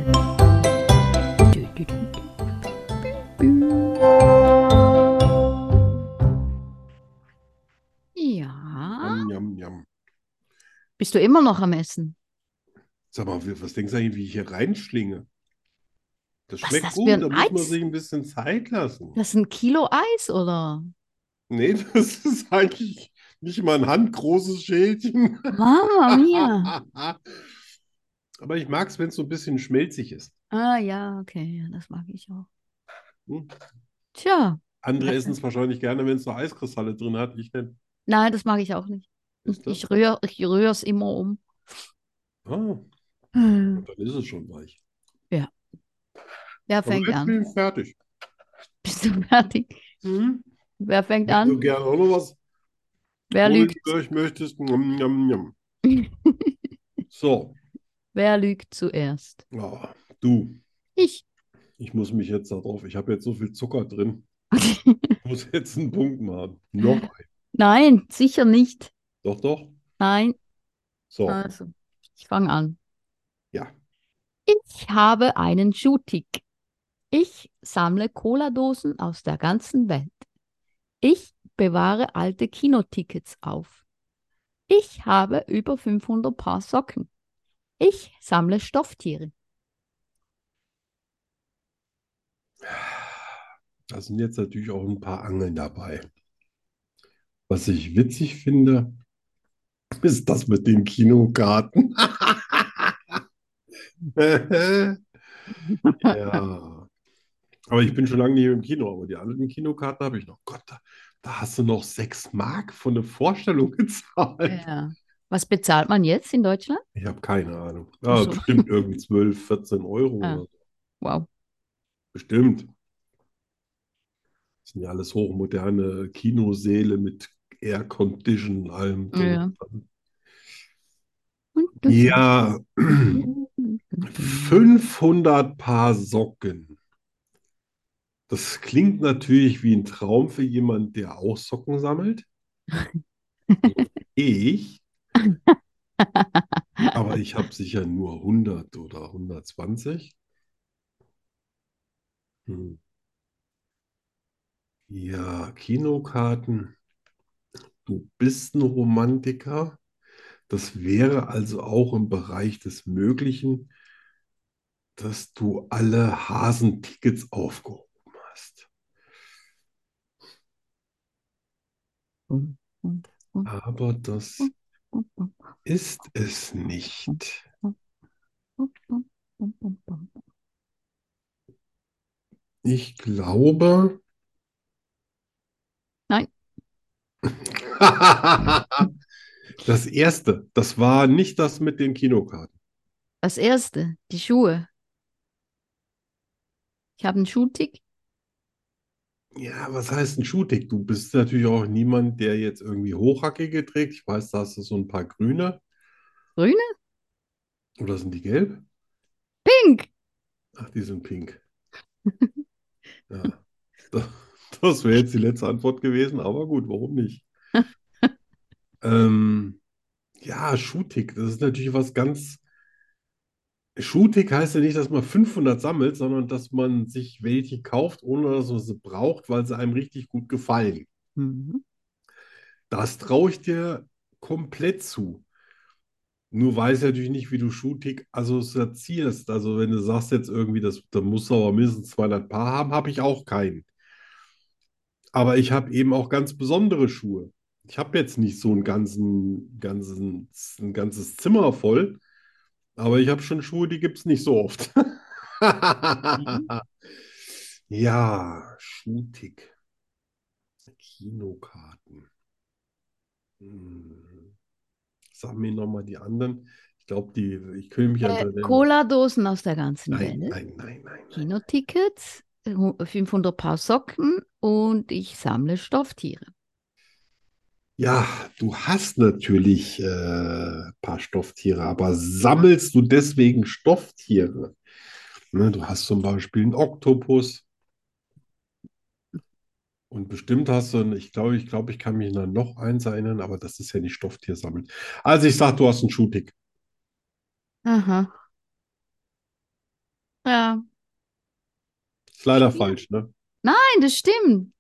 C: Dü, dü, dü, dü, dü, dü.
B: Ja.
A: Jam, jam, jam.
B: Bist du immer noch am Essen?
A: Sag mal, wie- was denkst du eigentlich, wie ich hier reinschlinge? Das
B: Was
A: schmeckt
B: ist das für
A: gut,
B: ein
A: da muss man
B: Eis?
A: sich ein bisschen Zeit lassen.
B: Das ist ein Kilo Eis, oder?
A: Nee, das ist eigentlich nicht mal ein handgroßes Schälchen.
B: Mama mia.
A: Aber ich mag es, wenn es so ein bisschen schmelzig ist.
B: Ah ja, okay, ja, das mag ich auch.
A: Hm.
B: Tja,
A: Andere essen es wahrscheinlich gerne, wenn es noch Eiskristalle drin hat. Ich denn.
B: nein, das mag ich auch nicht.
A: Ist das-
B: Ich rühre ich rühr's immer um.
A: Ah,
B: Hm.
A: dann ist es schon weich.
B: Wer
A: Aber
B: fängt
A: jetzt
B: an?
A: bin ich fertig.
B: Bist du fertig? Wer fängt
A: Wenn du
B: an?
A: gerne auch noch was
B: Wer
A: holen
B: lügt?
A: möcht- möchtest. Nom, nom, nom. so,
B: Wer lügt zuerst?
A: ja, du,
B: Ich.
A: ich muss mich jetzt darauf. Ich habe jetzt so viel Zucker drin. Ich muss jetzt einen Punkt machen. Noch ein.
B: Nein, sicher nicht.
A: Doch, doch.
B: Nein,
A: So,
B: also, ich fange an.
A: ja.
B: Ich habe einen Schuhtick. Ich sammle Cola-Dosen aus der ganzen Welt. Ich bewahre alte Kinotickets auf. Ich habe über 500 Paar Socken. Ich sammle Stofftiere.
A: Da sind jetzt natürlich auch ein paar Angeln dabei. Was ich witzig finde, ist das mit den Kinokarten. Ja. Aber ich bin schon lange nicht mehr im Kino, aber die anderen Kinokarten habe ich noch. Gott, da, da hast du noch sechs Mark von der Vorstellung gezahlt.
B: Ja. Was bezahlt man jetzt in Deutschland?
A: Ich habe keine Ahnung. Ah,
B: so.
A: bestimmt irgend 12, 14 Euro
B: Ah.
A: oder so.
B: Wow.
A: Bestimmt. Das sind ja alles hochmoderne Kinosäle mit Air Condition und allem. drum
B: Ja.
A: und dran.
B: Und du-
A: Ja, 500 Paar Socken. Das klingt natürlich wie ein Traum für jemanden, der auch Socken sammelt. Ich. Aber ich habe sicher nur 100 oder 120. Hm. Ja, Kinokarten. Du bist ein Romantiker. Das wäre also auch im Bereich des Möglichen, dass du alle Hasentickets aufgehoben hast. Aber das ist es nicht. Ich glaube.
B: Nein.
A: Das erste, das war nicht das mit den Kinokarten.
B: Das erste, die Schuhe. Ich habe einen Schuhtick.
A: Ja, was heißt ein Schuhtick? Du bist natürlich auch niemand, der jetzt irgendwie Hochhackige trägt. Ich weiß, da hast du so ein paar grüne.
B: Grüne?
A: Oder sind die gelb?
B: Pink!
A: Ach, die sind pink. Ja, das, das wäre jetzt die letzte Antwort gewesen, aber gut, warum nicht? Ähm, ja, Schuhtick, das ist natürlich was ganz. Schuhtick heißt ja nicht, dass man 500 sammelt, sondern dass man sich welche kauft, ohne dass man sie braucht, weil sie einem richtig gut gefallen.
B: Mhm.
A: Das traue ich dir komplett zu. Nur weiß ich natürlich nicht, wie du Schuhtick assoziierst. Also, wenn du sagst jetzt irgendwie, das, da musst du aber mindestens 200 Paar haben, habe ich auch keinen. Aber ich habe eben auch ganz besondere Schuhe. Ich habe jetzt nicht so einen ganzen, ganzen, ein ganzes Zimmer voll, aber ich habe schon Schuhe, die gibt es nicht so oft. Ja, Schuhtick. Kinokarten. Hm. Sag mir nochmal die anderen. Ich glaube, die, ich könnte mich an
B: Äh,
A: deine-
B: Cola-Dosen aus der ganzen
A: Nein, nein,
B: Welt.
A: nein, nein, nein.
B: Kinotickets, äh, 500 Paar Socken und ich sammle Stofftiere.
A: Ja, du hast natürlich äh, ein paar Stofftiere, aber sammelst du deswegen Stofftiere? Ne, du hast zum Beispiel einen Oktopus. Und bestimmt hast du, einen- ich glaube, ich glaube, ich kann mich an noch eins erinnern, aber das ist ja nicht Stofftiersammeln. Also ich sag, du hast einen Schuhtick.
B: Aha. Ja, nein,
A: Ist leider
B: Ja.
A: falsch, ne?
B: das stimmt.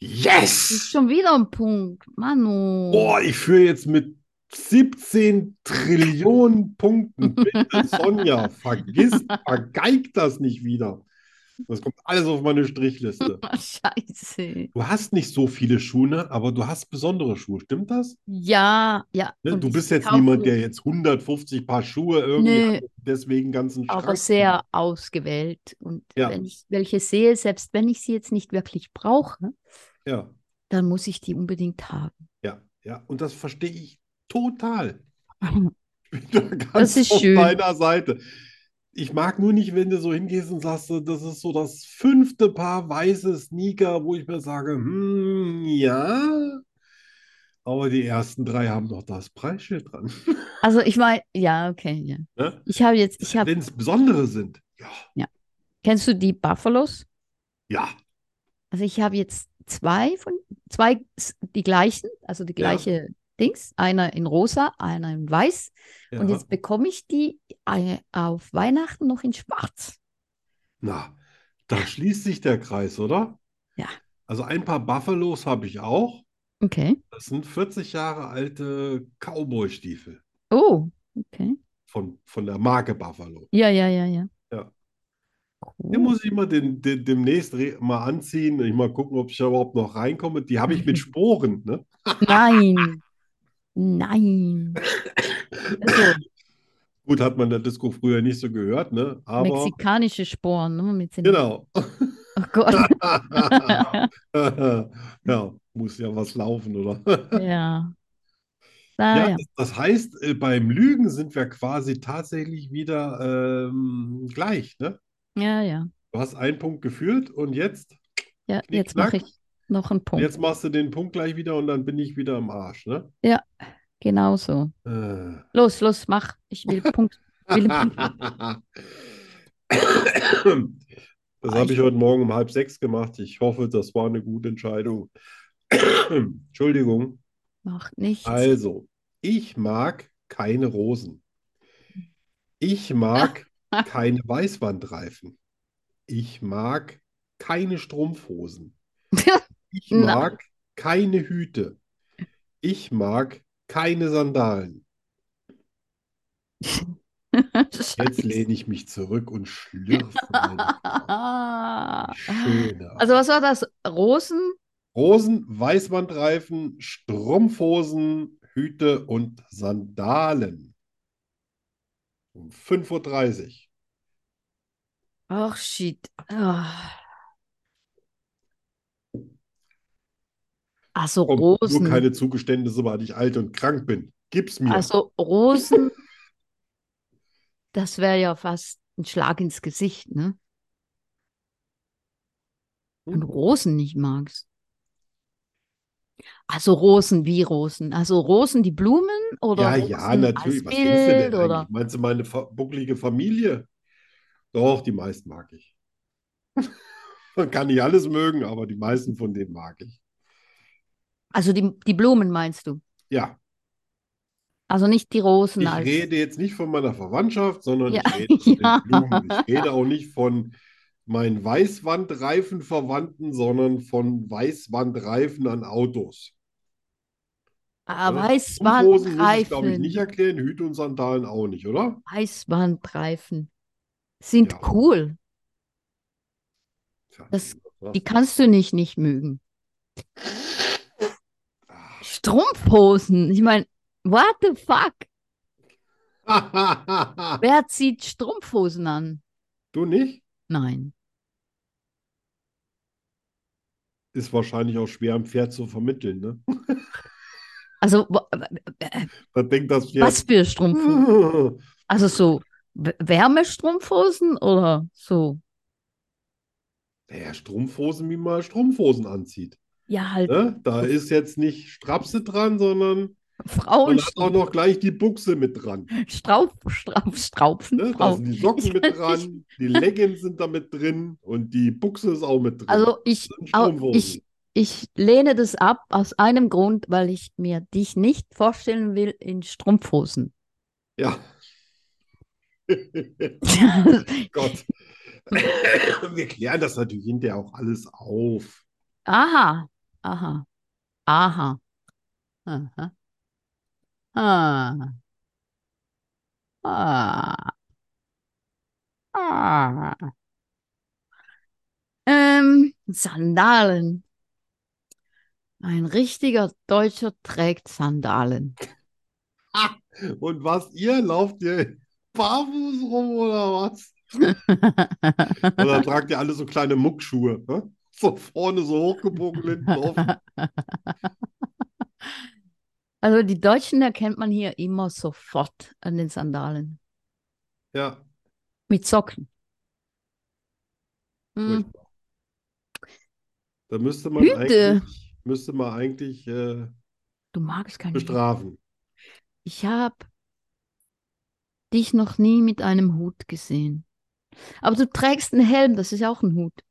B: Das ist
A: Yes!
B: schon wieder ein Punkt. Manu.
A: Boah, ich führe jetzt mit 17 Trillionen Punkten. Bitte, Sonja, vergiss, vergeig das nicht wieder. Das kommt alles auf meine Strichliste.
B: Ah, Scheiße.
A: Du hast nicht so viele Schuhe, ne? aber du hast besondere Schuhe. Stimmt das?
B: Ja, ja.
A: Ne?
B: und
A: Du
B: ich
A: bist jetzt
B: kaufe
A: niemand, der jetzt 150 Paar Schuhe
B: Nö.
A: irgendwie hat, deswegen ganzen
B: aber
A: Schrank.
B: sehr ausgewählt. Und
A: Ja.
B: wenn ich welche sehe, selbst wenn ich sie jetzt nicht wirklich brauche,
A: Ja,
B: dann muss ich die unbedingt haben.
A: ja, ja. Und das verstehe ich total. Ich bin da ganz
B: Das ist
A: auf
B: schön.
A: deiner Seite. Ich mag nur nicht, wenn du so hingehst und sagst, so, das ist so das fünfte Paar weiße Sneaker, wo ich mir sage, hm, ja, aber die ersten drei haben doch das Preisschild dran.
B: Also ich meine, ja, okay, ja.
A: Ne?
B: Ich habe jetzt, ich habe,
A: Wenn es besondere sind, ja, Äh,
B: kennst du die Buffalos?
A: ja,
B: Also ich habe jetzt zwei von, zwei s- die gleichen, also die
A: Ja.
B: gleiche Dings, einer in rosa, einer in weiß.
A: ja.
B: Und jetzt bekomme ich die äh, auf Weihnachten noch in schwarz.
A: Na, da schließt sich der Kreis, oder?
B: Ja.
A: Also ein paar Buffalos habe ich auch.
B: Okay.
A: Das sind 40 Jahre alte Cowboy-Stiefel
B: Oh, okay.
A: von, von der Marke Buffalo.
B: Ja, ja, ja, ja.
A: Ja. Den
B: Cool.
A: muss ich mal den, den, demnächst re- mal anziehen. Ich mal gucken, ob ich da überhaupt noch reinkomme. Die habe ich mit Sporen, ne?
B: Nein. Nein. Also,
A: Gut, hat man in der Disco früher nicht so gehört, ne? Aber
B: mexikanische Sporen, ne? Mit den,
A: genau.
B: oh Gott.
A: Ja, muss ja was laufen, oder?
B: Ja.
A: Ja,
B: Naja.
A: das, das heißt, äh, beim Lügen sind wir quasi tatsächlich wieder ähm, gleich, ne?
B: Ja, ja.
A: Du hast einen Punkt geführt und jetzt,
B: Ja,
A: Knick,
B: jetzt mache
A: knack.
B: ich noch einen Punkt.
A: jetzt machst du den Punkt gleich wieder und dann bin ich wieder am Arsch, ne?
B: Genau so.
A: Äh.
B: Los, los, mach. Ich will Punkt. Will Punkt.
A: Das habe ich heute Morgen um halb sechs gemacht. Ich hoffe, das war eine gute Entscheidung. Entschuldigung.
B: Macht nichts.
A: Also, ich mag keine Rosen. Ich mag keine Weißwandreifen. Ich mag keine Strumpfhosen. Ich
B: Nein.
A: mag keine Hüte. Ich mag keine Sandalen. Jetzt
B: Scheiße.
A: lehne ich mich zurück und schlürfe meine schöne.
B: Ah. Also was war das? Rosen?
A: Rosen, Weißwandreifen, Strumpfhosen, Hüte und Sandalen. Um 5.30 Uhr.
B: Ach, shit. Ah. Also
A: Komm,
B: Rosen.
A: nur keine Zugeständnisse, weil ich alt und krank bin. Gib's mir.
B: Also Rosen, das wäre ja fast ein Schlag ins Gesicht, ne?
A: Hm.
B: Wenn du Rosen nicht magst. Also Rosen wie Rosen. Also Rosen die Blumen oder
A: ja,
B: Rosen
A: ja, natürlich.
B: als
A: Was denkst du denn
B: Bild oder
A: eigentlich? Meinst du meine fa- bucklige Familie? Doch, die meisten mag ich. Man kann nicht alles mögen, aber die meisten von denen mag ich.
B: also die, die Blumen meinst du?
A: Ja,
B: Also nicht die Rosen
A: ich
B: als
A: rede jetzt nicht von meiner Verwandtschaft, sondern
B: Ja,
A: ich rede von
B: ja.
A: den Blumen. Ich rede auch nicht von meinen Weißwandreifenverwandten, sondern von Weißwandreifen an Autos.
B: ah,
A: Ja, Strumpfhosen muss ich, glaube ich, nicht
B: Weißwandreifen.
A: erklären, Hüte und Sandalen auch nicht, oder?
B: Weißwandreifen sind
A: Ja.
B: cool.
A: Tja,
B: Das-
A: was-
B: Die kannst du nicht nicht mögen.
A: Ah.
B: Strumpfhosen. Ich meine, what the fuck? Wer zieht Strumpfhosen an?
A: Du nicht?
B: Nein.
A: Ist wahrscheinlich auch schwer, am Pferd zu vermitteln, ne?
B: Also, wa- äh,
A: Man denkt das Pferd,
B: was für Strumpfhosen? Also so W- Wärmestrumpfhosen oder so?
A: naja, Strumpfhosen, wie man Strumpfhosen anzieht.
B: Ja, halt
A: Ne? Da ist jetzt nicht Strapse dran, sondern man
B: Frauen
A: hat auch noch gleich die Buchse mit dran.
B: Strauf, Strauf, Straufen.
A: Ne? Da
B: Frauen.
A: sind die Socken
B: Ich
A: mit
B: kann
A: dran, die Leggings sind da mit drin und die Buchse ist auch mit drin.
B: Also ich,
A: Das sind
B: au-
A: Strumpfhosen.
B: ich, ich lehne das ab aus einem Grund, weil ich mir dich nicht vorstellen will in Strumpfhosen.
A: Ja. Gott. Wir klären das natürlich hinterher auch alles auf.
B: Aha, aha, aha. Aha. Ah. Ah. Ah. Ähm, Sandalen. Ein richtiger Deutscher trägt Sandalen.
A: Und was, ihr lauft ihr barfuß rum oder was? Oder tragt ihr alle so kleine Muckschuhe? Ne? So vorne so hochgebogen, hinten offen.
B: Also die Deutschen erkennt man hier immer sofort an den Sandalen.
A: Ja,
B: Mit Socken. Hm.
A: furchtbar. Da müsste man
B: Hüte.
A: eigentlich, müsste man eigentlich äh,
B: Du magst keine Hüte.
A: bestrafen.
B: Ich habe dich noch nie mit einem Hut gesehen. Aber du trägst einen Helm, das ist auch ein Hut.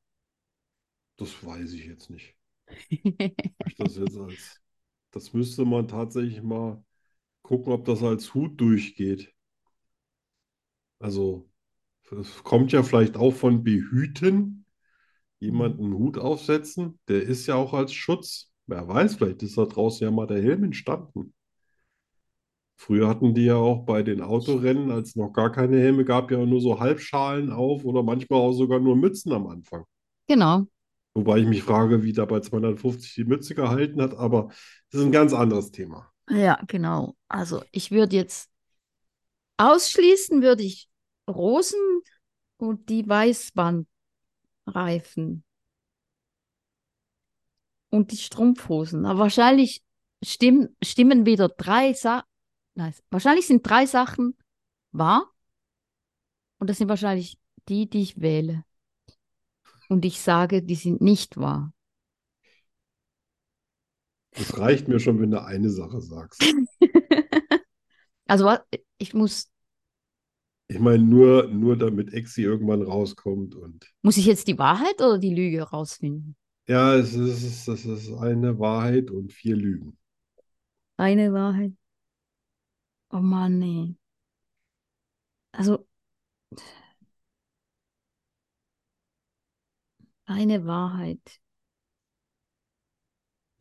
A: Das weiß ich jetzt nicht. ob Ich das jetzt als, das müsste man tatsächlich mal gucken, ob das als Hut durchgeht. Also, es kommt ja vielleicht auch von behüten, jemanden einen Hut aufsetzen, der ist ja auch als Schutz. Wer weiß, vielleicht ist da draußen ja mal der Helm entstanden. Früher hatten die ja auch bei den Autorennen, als es noch gar keine Helme gab, ja nur so Halbschalen auf oder manchmal auch sogar nur Mützen am Anfang.
B: Genau.
A: Wobei ich mich frage, wie da bei 250 die Mütze gehalten hat, aber das ist ein ganz anderes Thema.
B: Ja, genau. Also ich würde jetzt ausschließen, würde ich Rosen und die Weißbandreifen und die Strumpfhosen. Aber wahrscheinlich stimm, stimmen wieder drei Sachen. Nein, wahrscheinlich sind drei Sachen wahr. Und das sind wahrscheinlich die, die ich wähle. Und ich sage, die sind nicht wahr.
A: Es reicht mir schon, wenn du eine Sache sagst.
B: Also wa- ich muss,
A: Ich meine, nur, nur damit Exi irgendwann rauskommt und
B: muss ich jetzt die Wahrheit oder die Lüge herausfinden?
A: ja, es ist, es ist eine Wahrheit und vier Lügen.
B: Eine Wahrheit. Oh Mann, nee. Also. Eine Wahrheit.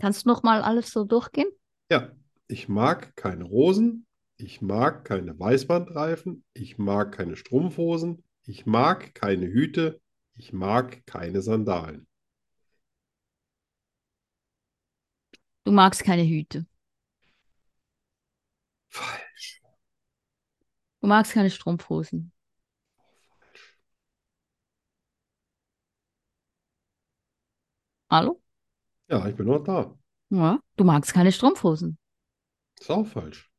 B: Kannst du noch mal alles so durchgehen?
A: Ja, ich mag keine Rosen, ich mag keine Weißbandreifen, ich mag keine Strumpfhosen, ich mag keine Hüte, ich mag keine Sandalen.
B: Du magst keine Hüte.
A: Falsch,
B: Du magst keine Strumpfhosen.
A: falsch.
B: Hallo?
A: Ja, ich bin noch da.
B: Ja. Du magst keine Strumpfhosen.
A: Ist auch falsch.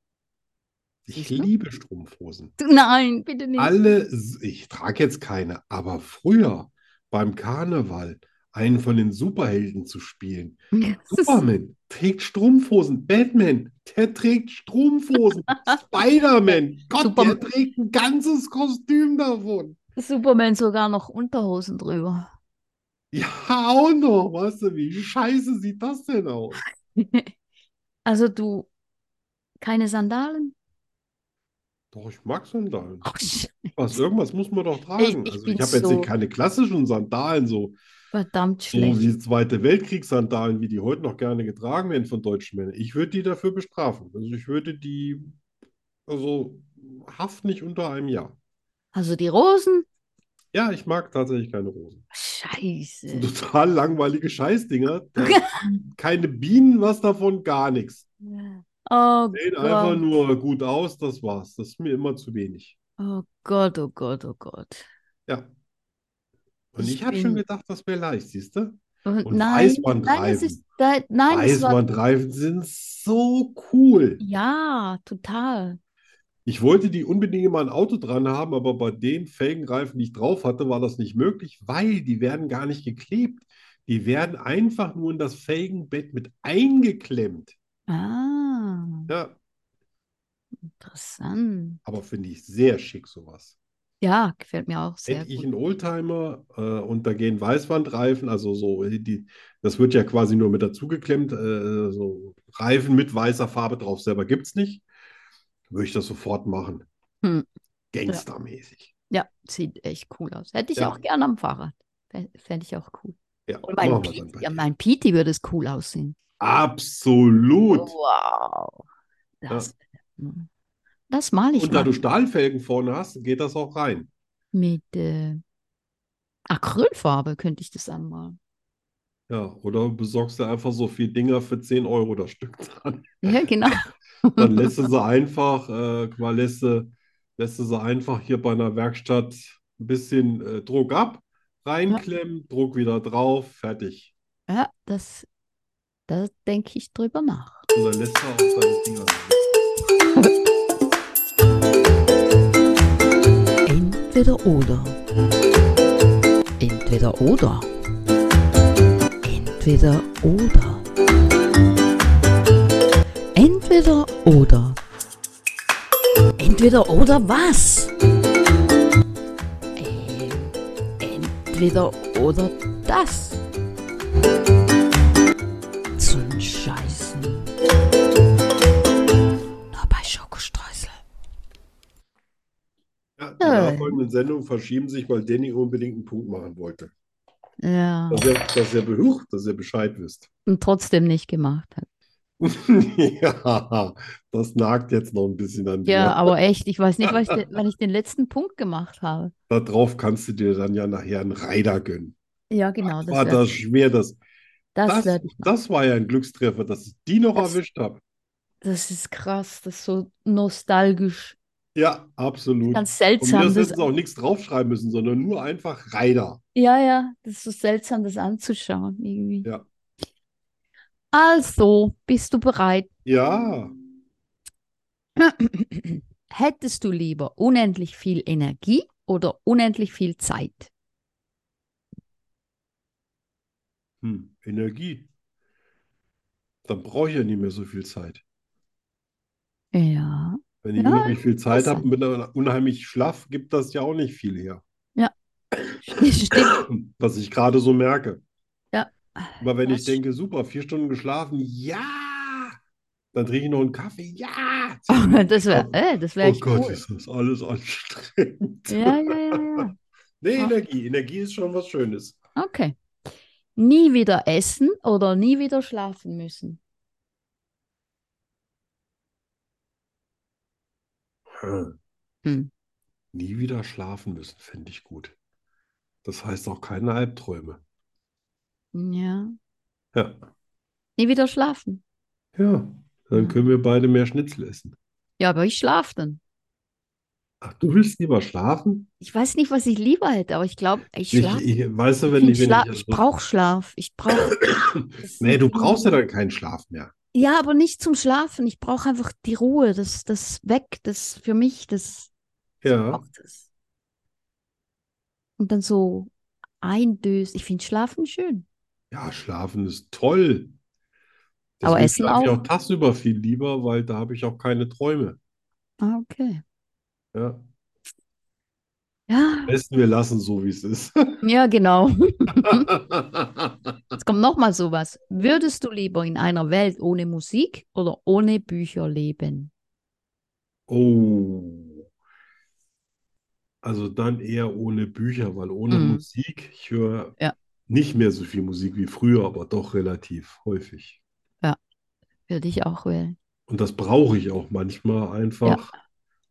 A: Ich
B: Siehst du?
A: liebe Strumpfhosen.
B: Du, nein, bitte nicht.
A: Alle, s- ich trage jetzt keine, aber früher beim Karneval einen von den Superhelden zu spielen.
B: Das ist-
A: Superman trägt Strumpfhosen. Batman, der trägt Strumpfhosen. Spider-Man, Gott,
B: Superman.
A: der trägt ein ganzes Kostüm davon.
B: Superman sogar noch Unterhosen drüber.
A: Ja, auch noch, weißt du, wie scheiße sieht das denn aus?
B: Also du, keine Sandalen?
A: Doch, ich mag Sandalen.
B: Oh, Sch-
A: Was, irgendwas muss man doch tragen.
B: ich
A: Also,
B: bin
A: ich habe jetzt nicht
B: so-
A: keine klassischen Sandalen, so.
B: verdammt
A: So
B: schlecht.
A: wie Zweite Weltkriegssandalen, wie die heute noch gerne getragen werden von deutschen Männern. Ich würde die dafür bestrafen. Also ich würde die, also Haft nicht unter einem Jahr.
B: Also die Rosen?
A: Ja, ich mag tatsächlich keine Rosen. Das
B: Scheiße.
A: sind total langweilige Scheißdinger. Da keine Bienen, was davon, gar nichts.
B: Oh
A: Sehen einfach
B: Gott,
A: nur gut aus, das war's. Das ist mir immer zu wenig.
B: oh Gott, oh Gott, oh Gott.
A: Ja. Und
B: Ich
A: ich habe
B: bin-
A: schon gedacht, das wäre leicht, siehst du?
B: Und
A: Und
B: nein, nein, das
A: Weißbandreifen.
B: ist, da- nein, das war,
A: Weißbandreifen sind so cool.
B: ja, total.
A: Ich wollte die unbedingt immer ein Auto dran haben, aber bei den Felgenreifen, die ich drauf hatte, war das nicht möglich, weil die werden gar nicht geklebt. Die werden einfach nur in das Felgenbett mit eingeklemmt.
B: Ah,
A: Ja,
B: interessant.
A: aber finde ich sehr schick sowas.
B: Ja, gefällt mir auch sehr
A: Hätte ich
B: gut.
A: einen Oldtimer äh, und da gehen Weißwandreifen, also so, die, das wird ja quasi nur mit dazugeklemmt, äh, so Reifen mit weißer Farbe drauf, selber gibt es nicht, würde ich das sofort machen.
B: Hm.
A: Gangstermäßig.
B: Ja, sieht echt cool aus. Hätte ich
A: Ja.
B: auch gern am Fahrrad. Fände ich auch cool.
A: Ja,
B: Und mein
A: machen wir dann
B: Pete,
A: bei
B: ja,
A: dir.
B: mein Pete würde es cool aussehen.
A: Absolut.
B: Oh. Wow. Das, das male ich
A: Und da
B: mal
A: du Stahlfelgen vorne hast, geht das auch rein.
B: mit, äh, Acrylfarbe könnte ich das anmalen.
A: Ja, oder besorgst du einfach so viel Dinger für 10 Euro das Stück dran.
B: Ja, genau.
A: Dann lässt du sie einfach, äh, guck mal, lässt du, lässt du sie einfach hier bei einer Werkstatt ein bisschen äh, Druck ab, reinklemmen, Druck wieder drauf, fertig.
B: Ja, das, da denke ich drüber nach.
A: Und dann lässt du auch deine Dinger drin.
C: Entweder oder. Entweder oder. Entweder oder. Entweder oder. Entweder oder was? Ähm, entweder oder das. Zum Scheißen. Nur bei Schokostreusel.
A: Ja, die nachfolgenden Sendungen verschieben sich, weil Danny unbedingt einen Punkt machen wollte.
B: Ja.
A: Dass er, dass er, be- huch, dass er Bescheid wisst.
B: Und trotzdem nicht gemacht hat.
A: ja, das nagt jetzt noch ein bisschen an dir.
B: Ja, aber echt, ich weiß nicht, wann ich, de- wann ich den letzten Punkt gemacht habe.
A: Darauf kannst du dir dann ja nachher einen Reiter gönnen.
B: Ja, genau. Das,
A: War
B: werd-
A: das schwer, das,
B: das,
A: das,
B: werd ich machen.
A: das war ja ein Glückstreffer, dass ich die noch
B: Das-
A: erwischt habe.
B: das ist krass, das ist so nostalgisch.
A: Ja, absolut. Und
B: Ganz
A: mir
B: seltsam.
A: das
B: Das,
A: hätten sie auch nichts draufschreiben müssen, sondern nur einfach Reiter.
B: ja, ja, das ist so seltsam, das anzuschauen irgendwie.
A: Ja.
B: Also, bist du bereit?
A: Ja,
B: Hättest du lieber unendlich viel Energie oder unendlich viel Zeit?
A: hm, Energie. Dann brauche ich ja nicht mehr so viel Zeit.
B: Ja.
A: Wenn ich
B: Ja,
A: unheimlich viel Zeit
B: interessant.
A: habe und bin dann unheimlich schlaff, gibt das ja auch nicht viel her,
B: Stimmt.
A: was ich gerade so merke.
B: Ja.
A: Aber wenn ich
B: Das-
A: denke, super, vier Stunden geschlafen, ja, dann trinke ich noch einen Kaffee, ja.
B: Das wäre äh, das Oh wär
A: Oh
B: echt
A: Gott,
B: cool.
A: ist das alles anstrengend.
B: Ja, Oh. ja, ja, ja.
A: Nee,
B: Ja.
A: Energie. Energie ist schon was Schönes.
B: Okay. Nie wieder essen oder nie wieder schlafen müssen.
A: Hm.
B: Hm.
A: Nie wieder schlafen müssen, fände ich gut. Das heißt auch keine Albträume.
B: Ja.
A: Ja,
B: Nie wieder schlafen.
A: ja. Dann
B: Ja.
A: können wir beide mehr Schnitzel essen.
B: Ja, aber ich schlafe dann.
A: Ach, du willst lieber schlafen?
B: Ich weiß nicht, was ich lieber hätte, aber ich glaube, ich
A: Ich,
B: schlafe.
A: ich, weißt du, wenn
B: Ich,
A: ich, wenn
B: schla
A: ich,
B: ich brauche Schlaf. Ich brauche.
A: nee, du brauchst ja dann keinen Schlaf mehr.
B: Ja, aber nicht zum Schlafen. Ich brauche einfach die Ruhe. Das, das weg. Das für mich. Das
A: Ja,
B: braucht es. Und dann so eindösen. Ich finde Schlafen schön.
A: ja, schlafen ist toll.
B: Aber
A: Deswegen
B: Essen
A: schlafe ich
B: auch.
A: auch tagsüber viel lieber, weil da habe ich auch keine Träume.
B: Ah, okay.
A: Ja.
B: Ja,
A: Am besten wir lassen so, wie es ist.
B: ja, genau. Jetzt kommt noch mal sowas. Würdest du lieber in einer Welt ohne Musik oder ohne Bücher leben?
A: Oh. Also dann eher ohne Bücher, weil ohne
B: Mhm.
A: Musik, ich höre
B: Ja.
A: nicht mehr so viel Musik wie früher, aber doch relativ häufig.
B: Würde ich auch wählen.
A: Und das brauche ich auch manchmal einfach.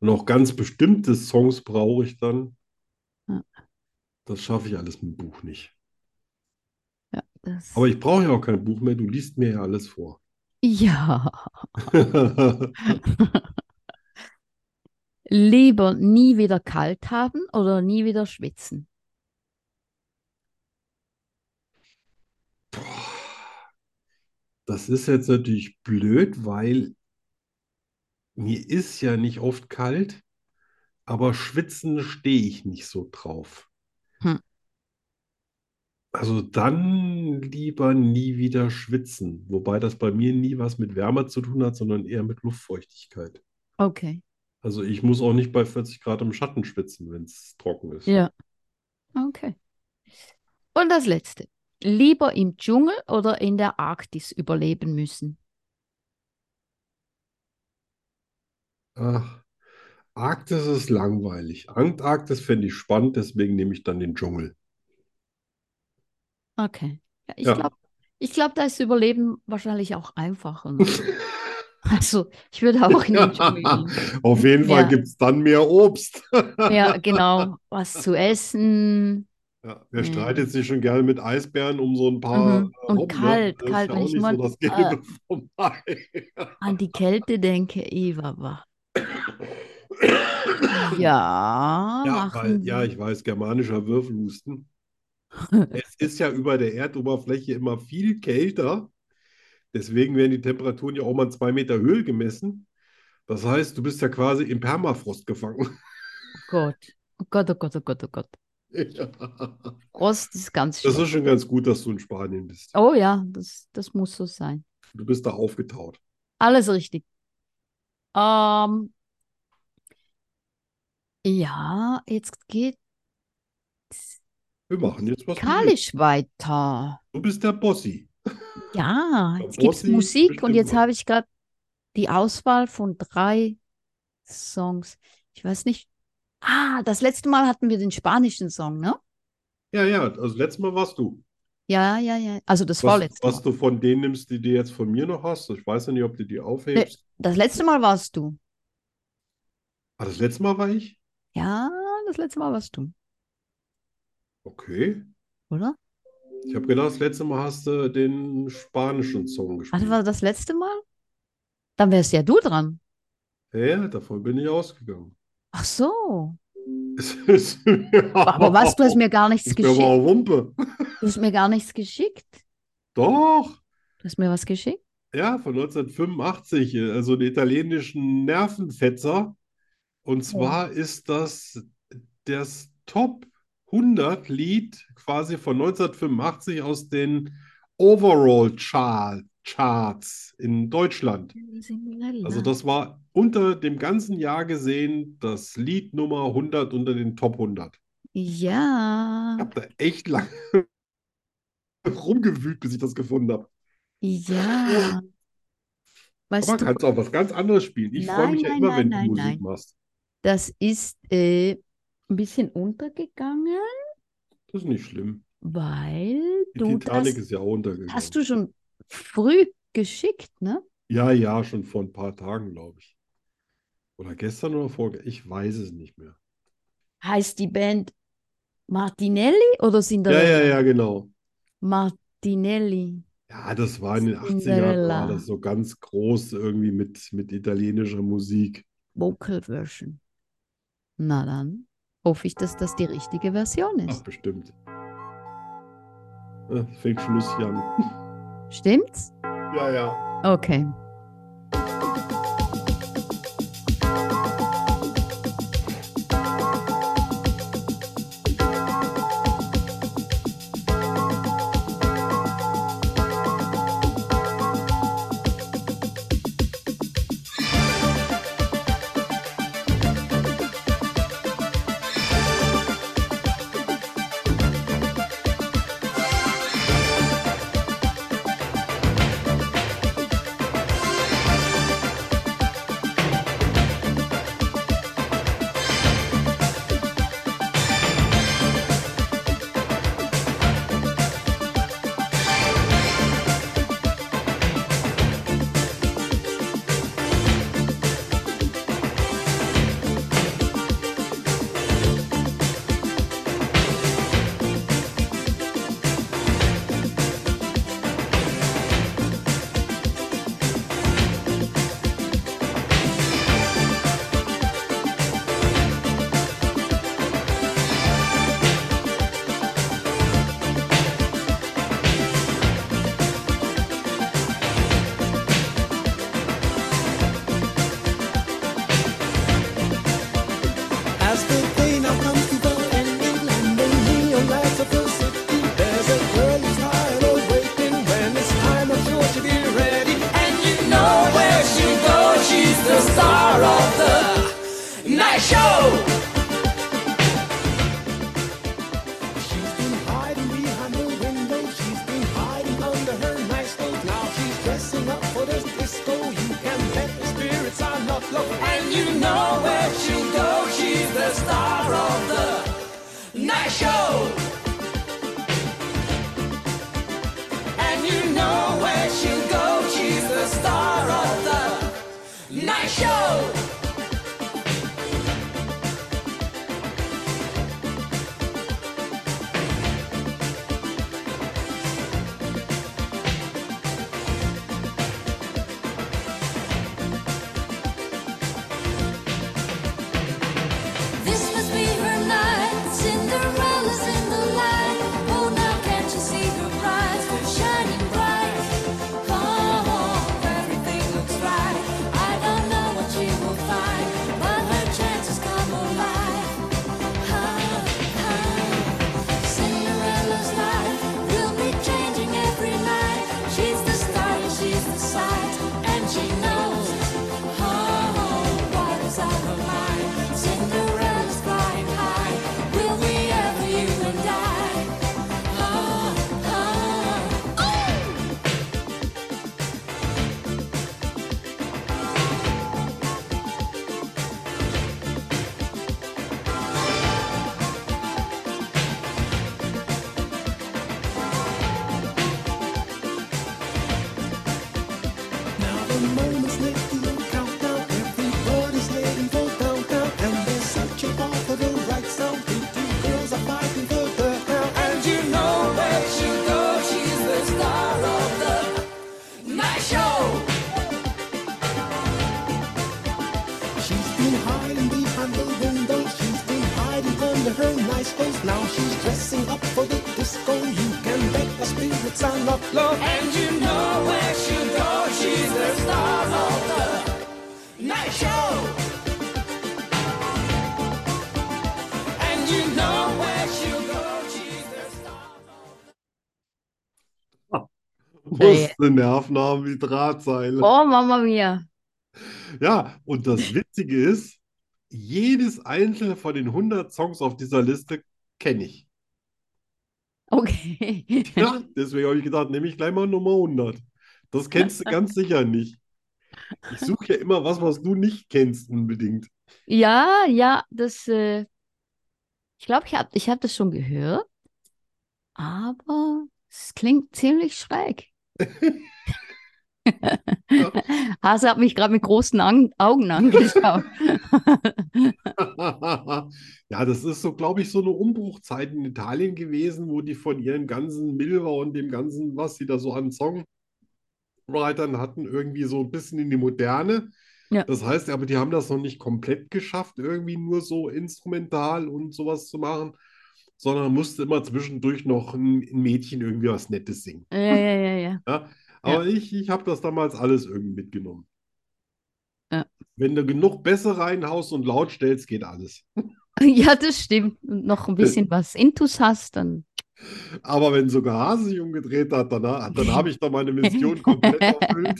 A: Und auch ganz bestimmte Songs brauche ich dann.
B: Ja.
A: Das schaffe ich alles mit dem Buch nicht.
B: Ja, das.
A: Aber ich brauche ja auch kein Buch mehr, du liest mir ja alles vor.
B: Ja. Lieber nie wieder kalt haben oder nie wieder schwitzen?
A: Das ist jetzt natürlich blöd, weil mir ist ja nicht oft kalt, aber schwitzen stehe ich nicht so drauf.
B: Hm.
A: Also dann lieber nie wieder schwitzen, wobei das bei mir nie was mit Wärme zu tun hat, sondern eher mit Luftfeuchtigkeit.
B: Okay.
A: Also ich muss auch nicht bei 40 Grad im Schatten schwitzen, wenn es trocken ist.
B: Ja. Okay. Und das letzte. Lieber im Dschungel oder in der Arktis überleben müssen?
A: Ach, Arktis ist langweilig. Antarktis fände ich spannend, deswegen nehme ich dann den Dschungel.
B: Okay. Ja, ich
A: Ja.
B: glaube, ich glaub, da ist Überleben wahrscheinlich auch einfacher. ne? Also, ich würde auch in den Dschungel gehen.
A: Auf jeden Fall
B: Ja.
A: gibt es dann mehr Obst.
B: Ja, genau. Was zu essen,
A: Ja, wer streitet sich schon gerne mit Eisbären um so ein paar
B: Mhm.
A: äh,
B: Und
A: Robben, ne?
B: kalt,
A: Das ist
B: kalt,
A: ja
B: wenn
A: auch
B: ich
A: nicht
B: mal-
A: so das
B: äh,
A: Gelbe vom Ei.
B: An die Kälte denke ich, aber. Ja,
A: Ja, weil,
B: machen
A: ja, ich weiß, germanischer Würfelhusten. Es ist ja über der Erdoberfläche immer viel kälter. Deswegen werden die Temperaturen ja auch mal in zwei Meter Höhe gemessen. Das heißt, du bist ja quasi im Permafrost gefangen.
B: Oh Gott. Oh Gott, oh Gott, oh Gott, oh Gott.
A: Ja.
B: Frost ist ganz
A: Das
B: schlimm.
A: ist schon ganz gut, dass du in Spanien bist.
B: Oh ja, das, das muss so sein.
A: Du bist da aufgetaut.
B: Alles richtig. Ähm, ja, jetzt geht
A: Wir machen jetzt was. mit dir.
B: Kalisch weiter.
A: Du bist der Bossi.
B: Ja,
A: Der
B: jetzt gibt's
A: Bossi
B: Musik und
A: bestimmt
B: jetzt
A: mal.
B: habe ich gerade die Auswahl von drei Songs. Ich weiß nicht. Ah, das letzte Mal hatten wir den spanischen Song, ne?
A: Ja, ja, also letztes Mal warst du.
B: Ja, ja, ja. Also das
A: Was,
B: vorletzte
A: was
B: Mal.
A: du von denen nimmst, die du jetzt von mir noch hast. Ich weiß ja nicht, ob du die aufhebst.
B: Das letzte Mal warst du.
A: Ah, das letzte Mal war ich?
B: Ja, das letzte Mal warst du,
A: Okay.
B: oder?
A: Ich habe gedacht, das letzte Mal hast du den spanischen Song
B: Also
A: gespielt.
B: war das letzte Mal? Dann wärst ja du dran.
A: Ja, davon bin ich ausgegangen.
B: Ach so.
A: Es ist mir
B: Aber was, du hast mir gar nichts
A: ist mir aber
B: geschickt.
A: auch Wumpe.
B: Du hast mir gar nichts geschickt.
A: Doch.
B: Du hast mir was geschickt?
A: Ja, von 1985, äh, also einen italienischen Nervenfetzer. Und zwar ist das das Top 100 Lied quasi von 1985 aus den Overall Char Charts in Deutschland. Also das war unter dem ganzen Jahr gesehen das Lied Nummer 100 unter den Top 100.
B: Ja,
A: Ich habe da echt lange rumgewühlt, bis ich das gefunden habe.
B: ja. Weißt
A: Aber
B: du,
A: kannst auch was ganz anderes spielen. Ich freue
B: Nein,
A: mich ja
B: nein,
A: immer,
B: nein,
A: wenn du
B: nein,
A: Musik
B: nein.
A: machst.
B: das ist äh, ein bisschen untergegangen,
A: Das ist nicht schlimm.
B: weil
A: Die
B: du
A: Titanic
B: das
A: ist ja auch untergegangen.
B: hast du schon früh geschickt, ne?
A: Ja, ja, schon vor ein paar Tagen, glaube ich. Oder gestern oder vorgestern. Ich weiß es nicht mehr.
B: Heißt die Band Martinelli oder
A: Ja,
B: Cinderella?
A: ja, ja, genau.
B: Martinelli.
A: Ja, das war in den 80ern, war
B: Cinderella.
A: das so ganz groß irgendwie mit, mit italienischer Musik.
B: Vocal Version. Na dann hoffe ich, dass das die richtige Version
A: Ach,
B: ist.
A: bestimmt. Ja, fängt schon lustig an. Oh.
B: Stimmt's?
A: Ja, ja.
B: Okay.
D: As the day now comes to the ending, London realizes of the city. There's a girl who's tired of waiting. When it's time, I'm sure she'll be ready. And you know where she goes, she's the star of the night show. She's been hiding behind the window. She's been hiding under her nightstand. Now she's dressing up for the disco. You can bet the spirits are not low. And you know where she goes, she's the star of the night show. And you know where she goes, she's the star of the night show. moments left in the countdown. Everybody's heading for downtown, and they're searching all for the right sound. The two girls are fighting for the crown, and you know where she goes. She's the star of the night show. She's been hiding behind the window. She's been hiding under her nice clothes. Now she's dressing up for the disco. You can bet the spirits are not low. And you know where she'll go. She's the star of the night show. And you know where she'll go. She's the star of
A: Musste Nerven haben wie Drahtseile.
B: Oh, Mama mia.
A: Ja, und das Witzige ist, jedes einzelne von den 100 Songs auf dieser Liste kenne ich.
B: Okay.
A: Ja, deswegen habe ich gedacht, nehme ich gleich mal Nummer 100. Das kennst du ganz sicher nicht. Ich suche ja immer was, was du nicht kennst unbedingt.
B: Ja, ja, das, äh, ich glaube, ich habe ich hab das schon gehört, aber es klingt ziemlich schräg. Hase hat mich gerade mit großen An Augen angeschaut.
A: Ja, das ist so, glaube ich, so eine Umbruchzeit in Italien gewesen, wo die von ihren ganzen Milva und dem ganzen, was sie da so an Songwritern hatten, irgendwie so ein bisschen in die Moderne.
B: Ja.
A: Das heißt aber, die haben das noch nicht komplett geschafft, irgendwie nur so instrumental und sowas zu machen, sondern musste immer zwischendurch noch ein ein Mädchen irgendwie was Nettes singen.
B: Ja, ja, ja, ja.
A: Aber ich, ich habe das damals alles irgendwie mitgenommen.
B: Ja.
A: Wenn du genug Bässe reinhaust und laut stellst, geht alles.
B: Ja, das stimmt. Und noch ein bisschen was Intus hast, dann.
A: Aber wenn sogar Hase sich umgedreht hat, dann, dann habe ich da meine Mission komplett erfüllt.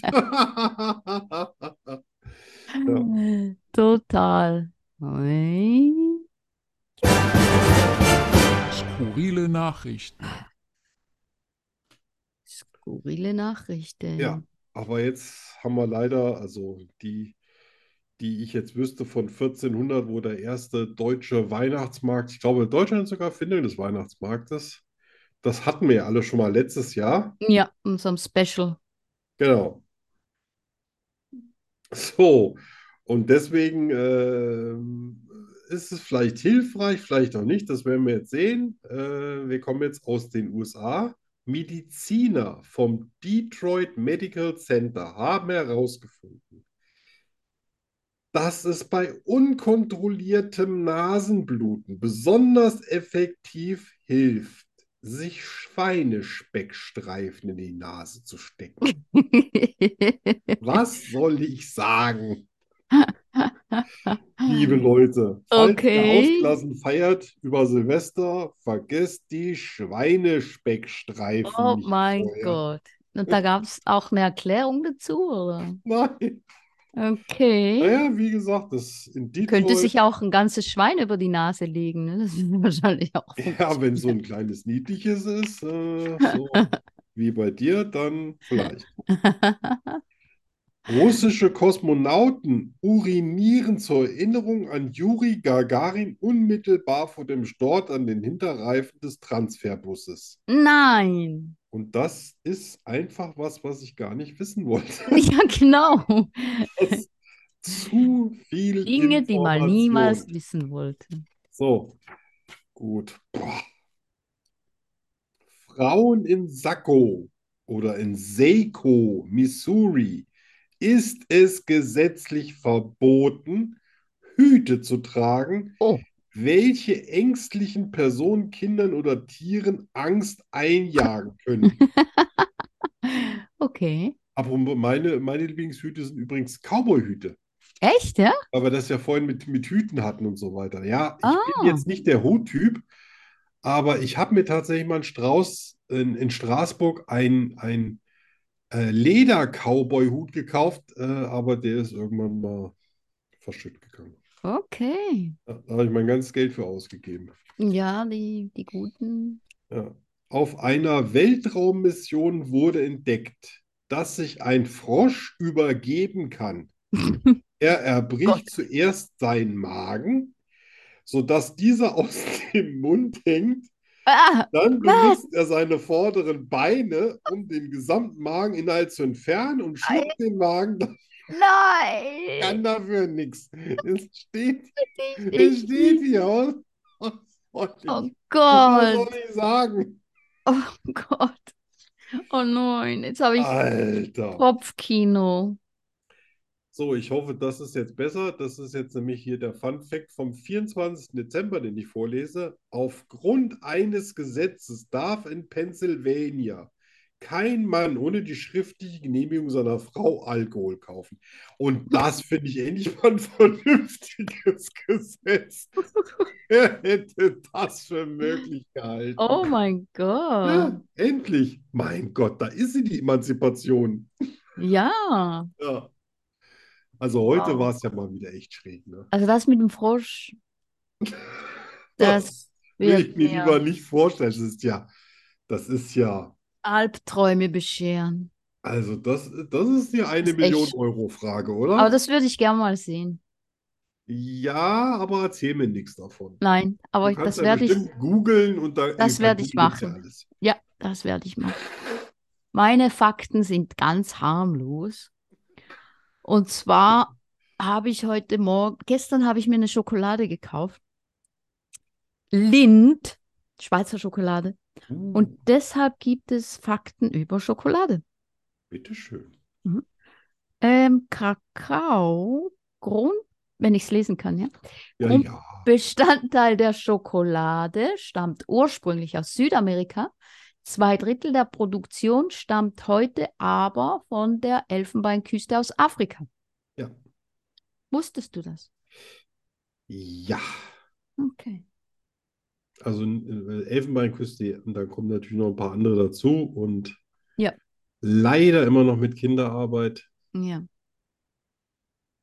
A: Ja.
B: Total. Ui.
E: Skurrile Nachrichten.
B: Skurrile Nachrichten.
A: Ja. Aber jetzt haben wir leider, also die, die ich jetzt wüsste, von 1400, wo der erste deutsche Weihnachtsmarkt, ich glaube, Deutschland ist sogar Erfindung des Weihnachtsmarktes. Das hatten wir ja alle schon mal letztes Jahr.
B: Ja, in so einem Special.
A: Genau. So, und deswegen ähm, ist es vielleicht hilfreich, vielleicht auch nicht, das werden wir jetzt sehen. Äh, wir kommen jetzt aus den USA. Mediziner vom Detroit Medical Center haben herausgefunden, dass es bei unkontrolliertem Nasenbluten besonders effektiv hilft, sich Schweinespeckstreifen in die Nase zu stecken. Was soll ich sagen? Liebe Leute, falls
B: Ah. Okay.
A: ihr Hausklassen feiert über Silvester, vergesst die Schweinespeckstreifen
B: Oh
A: nicht
B: mein
A: vorher.
B: Gott. Und da gab es auch eine Erklärung dazu, oder? Hm?
A: Nein.
B: Okay.
A: Naja, wie gesagt, das in
B: Könnte
A: Detroit,
B: sich auch ein ganzes Schwein über die Nase legen. Ne? Das ist wahrscheinlich auch.
A: ja, wenn so ein kleines niedliches ist, äh, so wie bei dir, dann vielleicht. Russische Kosmonauten urinieren zur Erinnerung an Juri Gagarin unmittelbar vor dem Start an den Hinterreifen des Transferbusses.
B: Nein.
A: Und das ist einfach was, was ich gar nicht wissen wollte.
B: Ja, genau.
A: Das ist zu viel
B: Dinge, die man
A: Information.
B: niemals wissen wollte.
A: So, gut. Boah. Frauen in Sacco oder in Seiko, Missouri, ist es gesetzlich verboten, Hüte zu tragen,
B: Oh.
A: welche ängstlichen Personen, Kindern oder Tieren Angst einjagen können.
B: Okay.
A: Aber meine, meine Lieblingshüte sind übrigens Cowboyhüte.
B: Echt, ja?
A: weil wir das ja vorhin mit, mit Hüten hatten und so weiter. Ja, ich
B: Ah.
A: bin jetzt nicht der Huttyp, aber ich habe mir tatsächlich mal in, Strauß, in, in Straßburg ein, ein äh, Leder-Cowboy-Hut gekauft, äh, aber der ist irgendwann mal verschütt gegangen.
B: Okay.
A: Da, da habe ich mein ganzes Geld für ausgegeben.
B: Ja, die, die guten.
A: Ja. Auf einer Weltraummission wurde entdeckt, dass sich ein Frosch übergeben kann. Er erbricht zuerst seinen Magen, sodass dieser aus dem Mund hängt
B: Ah,
A: Dann
B: Was?
A: benutzt er seine vorderen Beine, um den gesamten Mageninhalt zu entfernen und schluckt den Magen. Das
B: nein!
A: kann dafür nichts. Es steht,
B: Ich,
A: es
B: ich,
A: steht hier. Was soll ich,
B: oh
A: was
B: Gott,
A: soll ich sagen?
B: oh Gott. Oh nein, jetzt habe ich
A: Ah.
B: Oh
A: Alter.
B: Kopfkino.
A: So, ich hoffe, das ist jetzt besser. Das ist jetzt nämlich hier der Fun Fact vom 24. Dezember, den ich vorlese. Aufgrund eines Gesetzes darf in Pennsylvania kein Mann ohne die schriftliche Genehmigung seiner Frau Alkohol kaufen. Und das finde ich endlich mal ein vernünftiges Gesetz. Wer hätte das für möglich gehalten?
B: Oh mein Gott.
A: Ja, endlich. Mein Gott, da ist sie, die Emanzipation.
B: Ja,
A: Ja. Also heute
B: Wow.
A: war es ja mal wieder echt schräg, ne?
B: also das mit dem Frosch, das
A: will ich
B: wird
A: mir
B: mir
A: lieber nicht vorstellen. Das ist ja, das ist ja,
B: Albträume bescheren.
A: also das, das ist ja eine
B: Ist echt
A: Million
B: schräg.
A: Euro Frage, oder?
B: Aber das würde ich gerne mal sehen.
A: Ja, aber erzähl mir nichts davon.
B: Nein,
A: Du
B: aber ich,
A: kannst ja
B: das werde ich,
A: bestimmt googeln und da,
B: das
A: nee,
B: werde
A: bei
B: ich
A: Google gibt's ja
B: machen.
A: alles.
B: ja, das werde ich machen. Meine Fakten sind ganz harmlos. Und zwar habe ich heute Morgen, gestern habe ich mir eine Schokolade gekauft. Lind, Schweizer Schokolade.
A: Uh,
B: Und deshalb gibt es Fakten über Schokolade.
A: bitteschön.
B: Ähm, Kakao, Grund, wenn ich es lesen kann, ja.
A: Ja,
B: Und-
A: ja.
B: Bestandteil der Schokolade stammt ursprünglich aus Südamerika. Zwei Drittel der Produktion stammt heute aber von der Elfenbeinküste aus Afrika.
A: Ja.
B: Wusstest du das?
A: Ja.
B: Okay.
A: Also äh, Elfenbeinküste, und dann kommen natürlich noch ein paar andere dazu und
B: Ja.
A: leider immer noch mit Kinderarbeit,
B: Ja.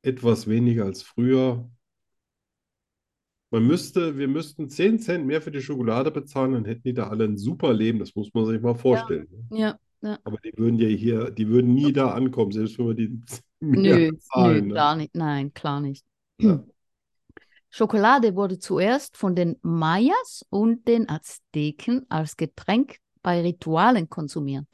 A: etwas weniger als früher. Man müsste, wir müssten 10 Cent mehr für die Schokolade bezahlen, dann hätten die da alle ein super Leben, das muss man sich mal vorstellen. ne?
B: Ja.
A: Aber die würden ja hier, die würden nie da ankommen, selbst wenn wir die mehr
B: Nö,
A: bezahlen,
B: nö,
A: ne?
B: gar nicht. Nein, klar nicht.
A: Ja.
B: Schokolade wurde zuerst von den Mayas und den Azteken als Getränk bei Ritualen konsumiert.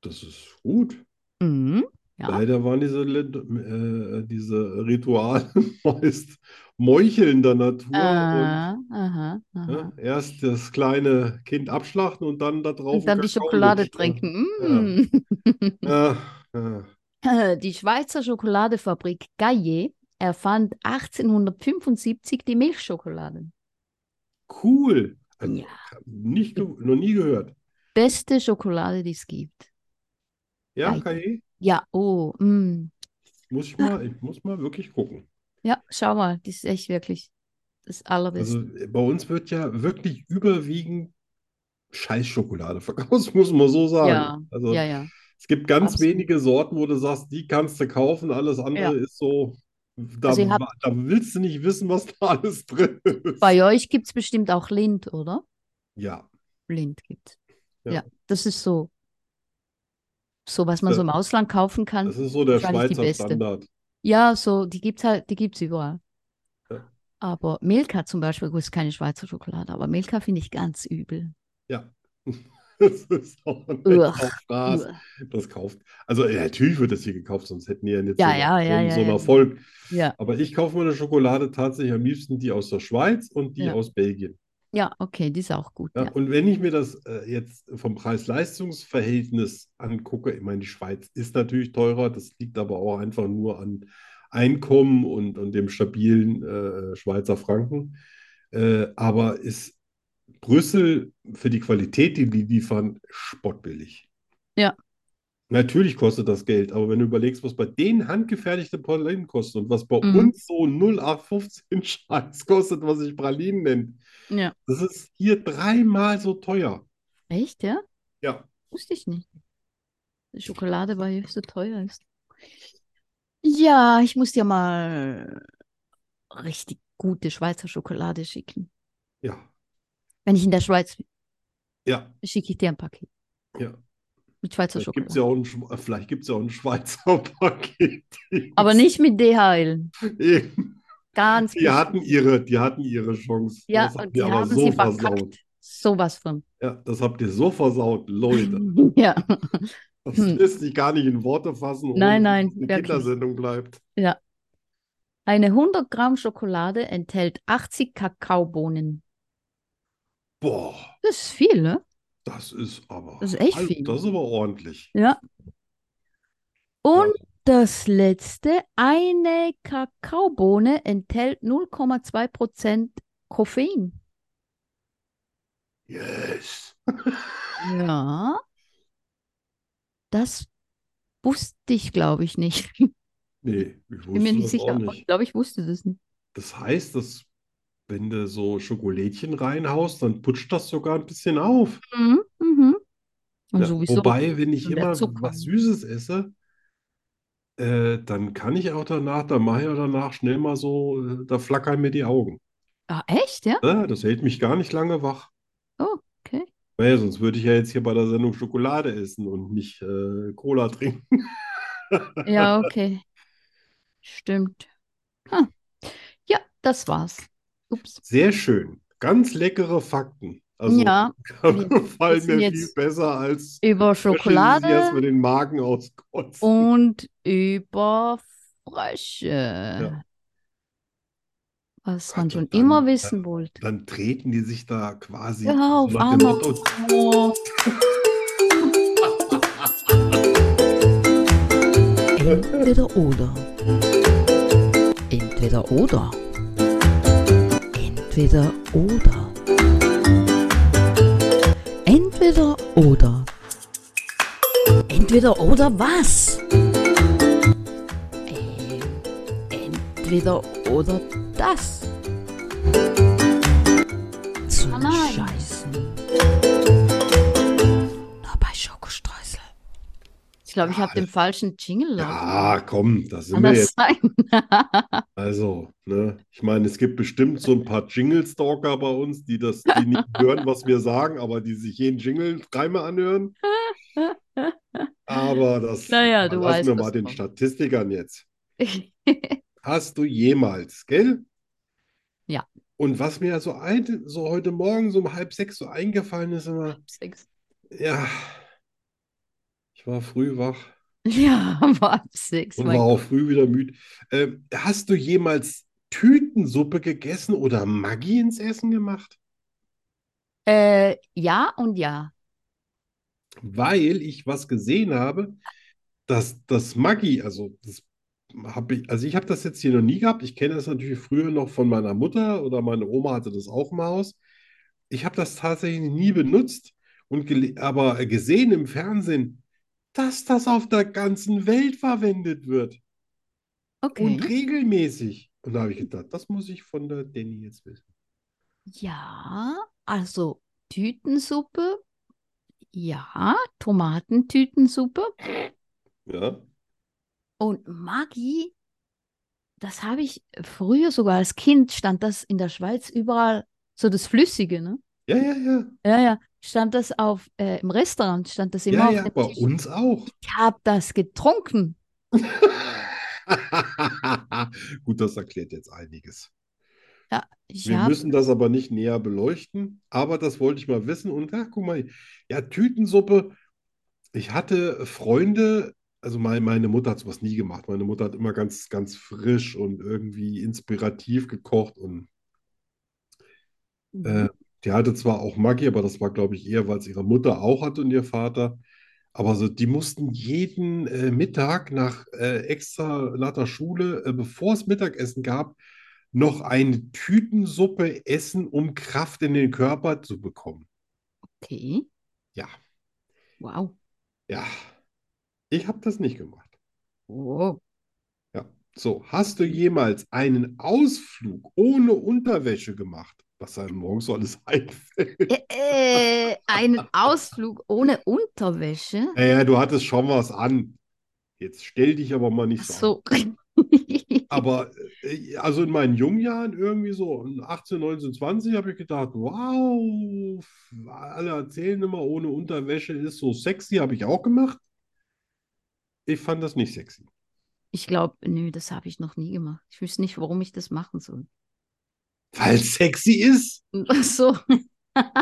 A: Das ist gut.
B: Mhm. Ja.
A: Leider waren diese, Lit- äh, diese Rituale meist meuchelnder Natur und
B: Aha, aha, aha.
A: Ne? Erst das kleine Kind abschlachten und dann da drauf
B: Und dann
A: einen
B: die
A: Kakao
B: Schokolade
A: lutschen,
B: trinken.
A: ne?
B: Mm.
A: Ja. Ja,
B: Die Schweizer Schokoladefabrik Gaillet erfand 1875 die Milchschokolade.
A: ja. Cool. Also,
B: Ja.
A: Nicht, ge- noch nie gehört.
B: Beste Schokolade, die es gibt.
A: Ja,
B: Geil.
A: Kai,
B: Ja, oh, mm.
A: muss ich mal, ich muss mal wirklich gucken.
B: Ja, schau mal, die ist echt wirklich das Allerbeste.
A: Also bei uns wird ja wirklich überwiegend Scheißschokolade verkauft, muss man so sagen.
B: Ja,
A: Also
B: ja, ja.
A: es gibt ganz
B: Absolut.
A: wenige Sorten, wo du sagst, die kannst du kaufen, alles andere ist so, da,
B: Also ihr habt-
A: da willst du nicht wissen, was da alles drin ist.
B: Bei euch gibt es bestimmt auch Lind, oder?
A: Ja.
B: Lind gibt es.
A: Ja.
B: Ja, das ist so. So, was man
A: Das-
B: so im Ausland kaufen kann.
A: Das ist so der
B: Wahrscheinlich die
A: Schweizer
B: beste.
A: Standard.
B: Ja, so, die gibt's halt, die gibt's überall.
A: Ja.
B: Aber Milka zum Beispiel, gut, ist keine Schweizer Schokolade, aber Milka finde ich ganz übel.
A: Das ist auch ein
B: Uah.
A: echter Spaß.
B: Uah.
A: Das kauft. Also ja, natürlich wird das hier gekauft, sonst hätten die ja nicht so,
B: Ja, ja, ja,
A: so,
B: ja,
A: so einen
B: ja.
A: Erfolg.
B: Ja,
A: Aber ich kaufe meine Schokolade tatsächlich am liebsten die aus der Schweiz und die
B: Ja.
A: aus Belgien.
B: ja, okay, die ist auch gut,
A: Ja,
B: ja.
A: und wenn ich mir das äh, jetzt vom Preis-Leistungs-Verhältnis angucke, ich meine, die Schweiz ist natürlich teurer, das liegt aber auch einfach nur an Einkommen und, und dem stabilen äh, Schweizer Franken. Äh, aber ist Brüssel für die Qualität, die die liefern, spottbillig.
B: Ja.
A: Natürlich kostet das Geld, aber wenn du überlegst, was bei denen handgefertigte Pralinen kosten und was bei
B: Mhm.
A: uns so 0815 Scheiß kostet, was sich Pralinen nennt,
B: Ja.
A: das ist hier dreimal so teuer.
B: Echt, ja?
A: Ja.
B: Wusste ich nicht. Die Schokolade bei euch so teuer ist. Ja, ich muss dir mal richtig gute Schweizer Schokolade schicken.
A: Ja,
B: Wenn ich in der Schweiz bin,
A: ja,
B: schicke ich dir ein Paket
A: ja.
B: mit Schweizer
A: Vielleicht gibt es
B: Schokolade.
A: ja auch ein, Schw- vielleicht gibt's ja auch ein Schweizer Paket.
B: Aber nicht mit DHL.
A: Eben.
B: Ganz
A: Die hatten ihre, die hatten ihre Chance.
B: Ja,
A: Das hat
B: und
A: mir
B: die
A: aber
B: haben
A: so
B: sie verkackt.
A: versaut.
B: Sowas von.
A: Ja, das habt ihr so versaut, Leute.
B: Ja,
A: Das
B: Hm.
A: lässt sich gar nicht in Worte fassen, ohne
B: Nein, nein,
A: dass es eine
B: wirklich.
A: Kindersendung bleibt.
B: eine 100 Gramm Schokolade enthält 80 Kakaobohnen.
A: Boah,
B: Das ist viel, ne?
A: das ist aber,
B: Das ist echt
A: also,
B: viel.
A: das ist aber ordentlich.
B: Und das letzte, eine Kakaobohne enthält 0,2% Koffein.
A: Yes.
B: Ja. Das wusste ich, glaube ich, nicht.
A: Nee, ich
B: Bin mir
A: wusste
B: nicht
A: das
B: sicher,
A: auch
B: aber
A: nicht.
B: ich glaube, ich wusste das nicht.
A: Das heißt, dass wenn du so Schokolädchen reinhaust, dann putscht das sogar ein bisschen auf.
B: Mhm. Mhm. Und
A: Ja,
B: sowieso.
A: wobei, wenn ich
B: Und der
A: immer
B: Zucker.
A: was Süßes esse, äh, dann kann ich auch danach, da mache ich auch danach schnell mal so, äh, da flackern mir die Augen.
B: Ah, echt, ja?
A: Ja, Ne? das hält mich gar nicht lange wach.
B: Oh, okay.
A: Naja, sonst würde ich ja jetzt hier bei der Sendung Schokolade essen und nicht äh, Cola trinken.
B: Ja, okay. Stimmt. Hm. Ja, das war's. Ups.
A: Sehr schön. Ganz leckere Fakten. Also
B: Ja,
A: fallen
B: wissen
A: mir viel
B: jetzt
A: besser als
B: über
A: Schokolade.
B: Schokolade
A: erstmal den Magen auskotzen.
B: und über Frösche. Was man
A: Gott,
B: schon
A: und dann-
B: immer wissen wollte.
A: Dann treten die sich da quasi
B: Hör
A: so
B: auf,
A: nach dem
B: Armer.
A: Motto,
B: Oh.
C: Entweder oder. Entweder oder. Entweder oder. Entweder oder. Entweder oder was? Ähm, entweder oder das. Zum
B: Ah, nein.
C: Scheißen. Nur bei Schokostreusel.
B: Ich glaube, ich habe den falschen Jingle laufen.
A: ja, komm, da sind
B: Kann
A: wir
B: das
A: jetzt.
B: sein?
A: Also, ne, ich meine, es gibt bestimmt so ein paar Jingle-Stalker bei uns, die das, die nicht hören, was wir sagen, aber die sich jeden Jingle dreimal anhören. Aber das
B: Naja, du
A: lassen wir
B: weißt,
A: mal
B: was
A: den
B: kommt.
A: Statistikern jetzt. Hast du jemals, gell?
B: Ja.
A: Und was mir so, ein, so heute Morgen so um halb sechs so eingefallen ist, immer, Ja, ich war früh wach
B: Ja, war sechs.
A: und
B: Mein
A: war auch früh wieder müde. Ähm, hast du jemals Tütensuppe gegessen oder Maggi ins Essen gemacht?
B: Äh, ja und ja.
A: Weil ich was gesehen habe, dass das Maggi, also das habe ich, also ich habe das jetzt hier noch nie gehabt. Ich kenne das natürlich früher noch von meiner Mutter oder meine Oma hatte das auch im Haus. Ich habe das tatsächlich nie benutzt und gele- aber gesehen im Fernsehen, dass das auf der ganzen Welt verwendet wird. Und
B: Okay.
A: regelmäßig. Und da habe ich gedacht, das muss ich von der Danny jetzt wissen.
B: Ja, also Tütensuppe. Ja, Tomatentütensuppe.
A: Ja.
B: Und Maggi, das habe ich früher sogar als Kind, stand das in der Schweiz überall, so das Flüssige, ne?
A: Ja, ja, ja.
B: Ja, ja, stand das auf, äh, im Restaurant stand das immer
A: Ja,
B: auf
A: ja,
B: dem
A: bei
B: Tisch.
A: uns auch.
B: Ich habe das getrunken.
A: Gut, das erklärt jetzt einiges.
B: Ja, ich
A: Wir
B: habe,
A: müssen das aber nicht näher beleuchten, aber das wollte ich mal wissen. Und ach, guck mal, ja, Tütensuppe. Ich hatte Freunde, also mein, meine Mutter hat sowas nie gemacht. Meine Mutter hat immer ganz, ganz frisch und irgendwie inspirativ gekocht und Äh, die hatte zwar auch Maggi, aber das war, glaube ich, eher, weil es ihre Mutter auch hatte und ihr Vater. Aber so, die mussten jeden äh, Mittag nach äh, extra nach der Schule, äh, bevor es Mittagessen gab, noch eine Tütensuppe essen, um Kraft in den Körper zu bekommen.
B: okay,
A: Ja,
B: wow.
A: ja. Ich habe das nicht gemacht.
B: Oh.
A: Ja. So, hast du jemals einen Ausflug ohne Unterwäsche gemacht? Was einem morgens so alles einfällt.
B: Äh, äh, einen Ausflug ohne Unterwäsche?
A: Naja, du hattest schon was an. Jetzt stell dich aber mal nicht
B: Ach
A: so an.
B: so.
A: Aber äh, also in meinen jungen Jahren, irgendwie so in 18, 19, 20, habe ich gedacht, wow, alle erzählen immer, ohne Unterwäsche ist so sexy, habe ich auch gemacht. Ich fand das nicht sexy.
B: Ich glaube, nö, das habe ich noch nie gemacht. Ich wüsste nicht, warum ich das machen soll.
A: Weil es sexy ist.
B: Ach so.
A: Ja,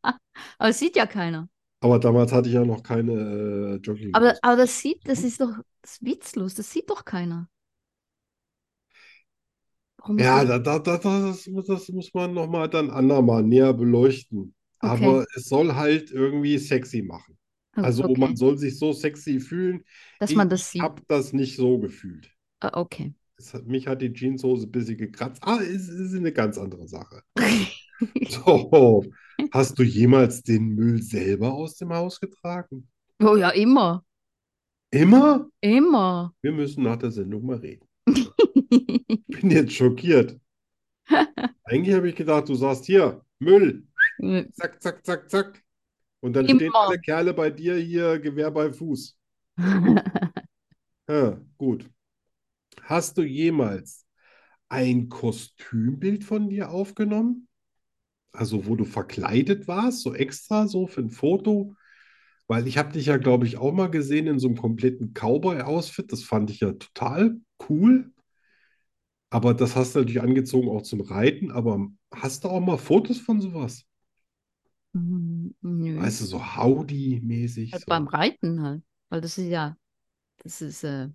B: Aber es sieht ja keiner.
A: aber damals hatte ich ja noch keine äh, Jogging.
B: Aber, aber das sieht,
A: mhm.
B: das ist doch das ist witzlos, das sieht doch keiner. Warum ist
A: Ja,
B: das?
A: da, da, da, da- das, muss- das muss man nochmal dann andermal näher beleuchten.
B: Okay.
A: Aber es soll halt irgendwie sexy machen.
B: Oh,
A: Also
B: okay.
A: man soll sich so sexy fühlen.
B: Dass
A: Ich
B: man das sieht.
A: habe das nicht so gefühlt.
B: Ah, okay.
A: Es hat, mich hat die Jeanshose ein bisschen gekratzt. Ah, es ist eine ganz andere Sache. So, hast du jemals den Müll selber aus dem Haus getragen?
B: Oh ja, immer.
A: Immer?
B: Immer.
A: Wir müssen nach der Sendung mal reden. Ich bin jetzt schockiert. Eigentlich habe ich gedacht, du sagst hier, Müll. Zack, zack, zack, zack. Und dann stehen
B: Immer.
A: alle Kerle bei dir hier, Gewehr bei Fuß. Ja, gut. Hast du jemals ein Kostümbild von dir aufgenommen? Also, wo du verkleidet warst, so extra, so für ein Foto? Weil ich habe dich ja, glaube ich, auch mal gesehen in so einem kompletten Cowboy-Outfit. Das fand ich ja total cool. Aber das hast du natürlich angezogen auch zum Reiten. Aber hast du auch mal Fotos von sowas?
B: Hm, Nö.
A: Weißt du, so Howdy-mäßig.
B: Halt
A: So.
B: beim Reiten halt. Weil das ist ja, das ist äh,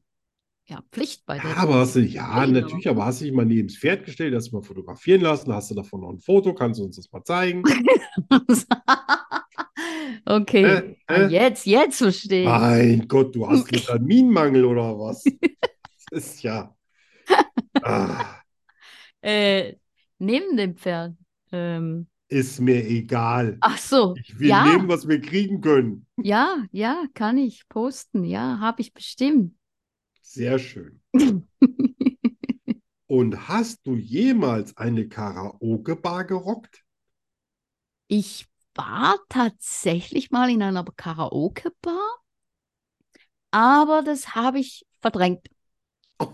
B: ja Pflicht bei
A: Ja,
B: der.
A: aber hast du, ja,
B: Berliner.
A: natürlich, aber hast du dich mal neben das Pferd gestellt, hast du mal fotografieren lassen, hast du davon noch ein Foto, kannst du uns das mal zeigen?
B: Okay.
A: Äh,
B: Ah,
A: äh.
B: jetzt, jetzt verstehe ich.
A: Mein Gott, du hast einen Vitaminmangel oder was? Das ist ja. Ah,
B: Äh, neben dem Pferd. Ähm,
A: ist mir egal.
B: ach so,
A: Ich will
B: Ja.
A: nehmen, was wir kriegen können.
B: ja, ja, kann ich posten. Ja, habe ich bestimmt.
A: Sehr schön. Und hast du jemals eine Karaoke-Bar gerockt?
B: Ich war tatsächlich mal in einer Karaoke-Bar, aber das habe ich verdrängt. Ich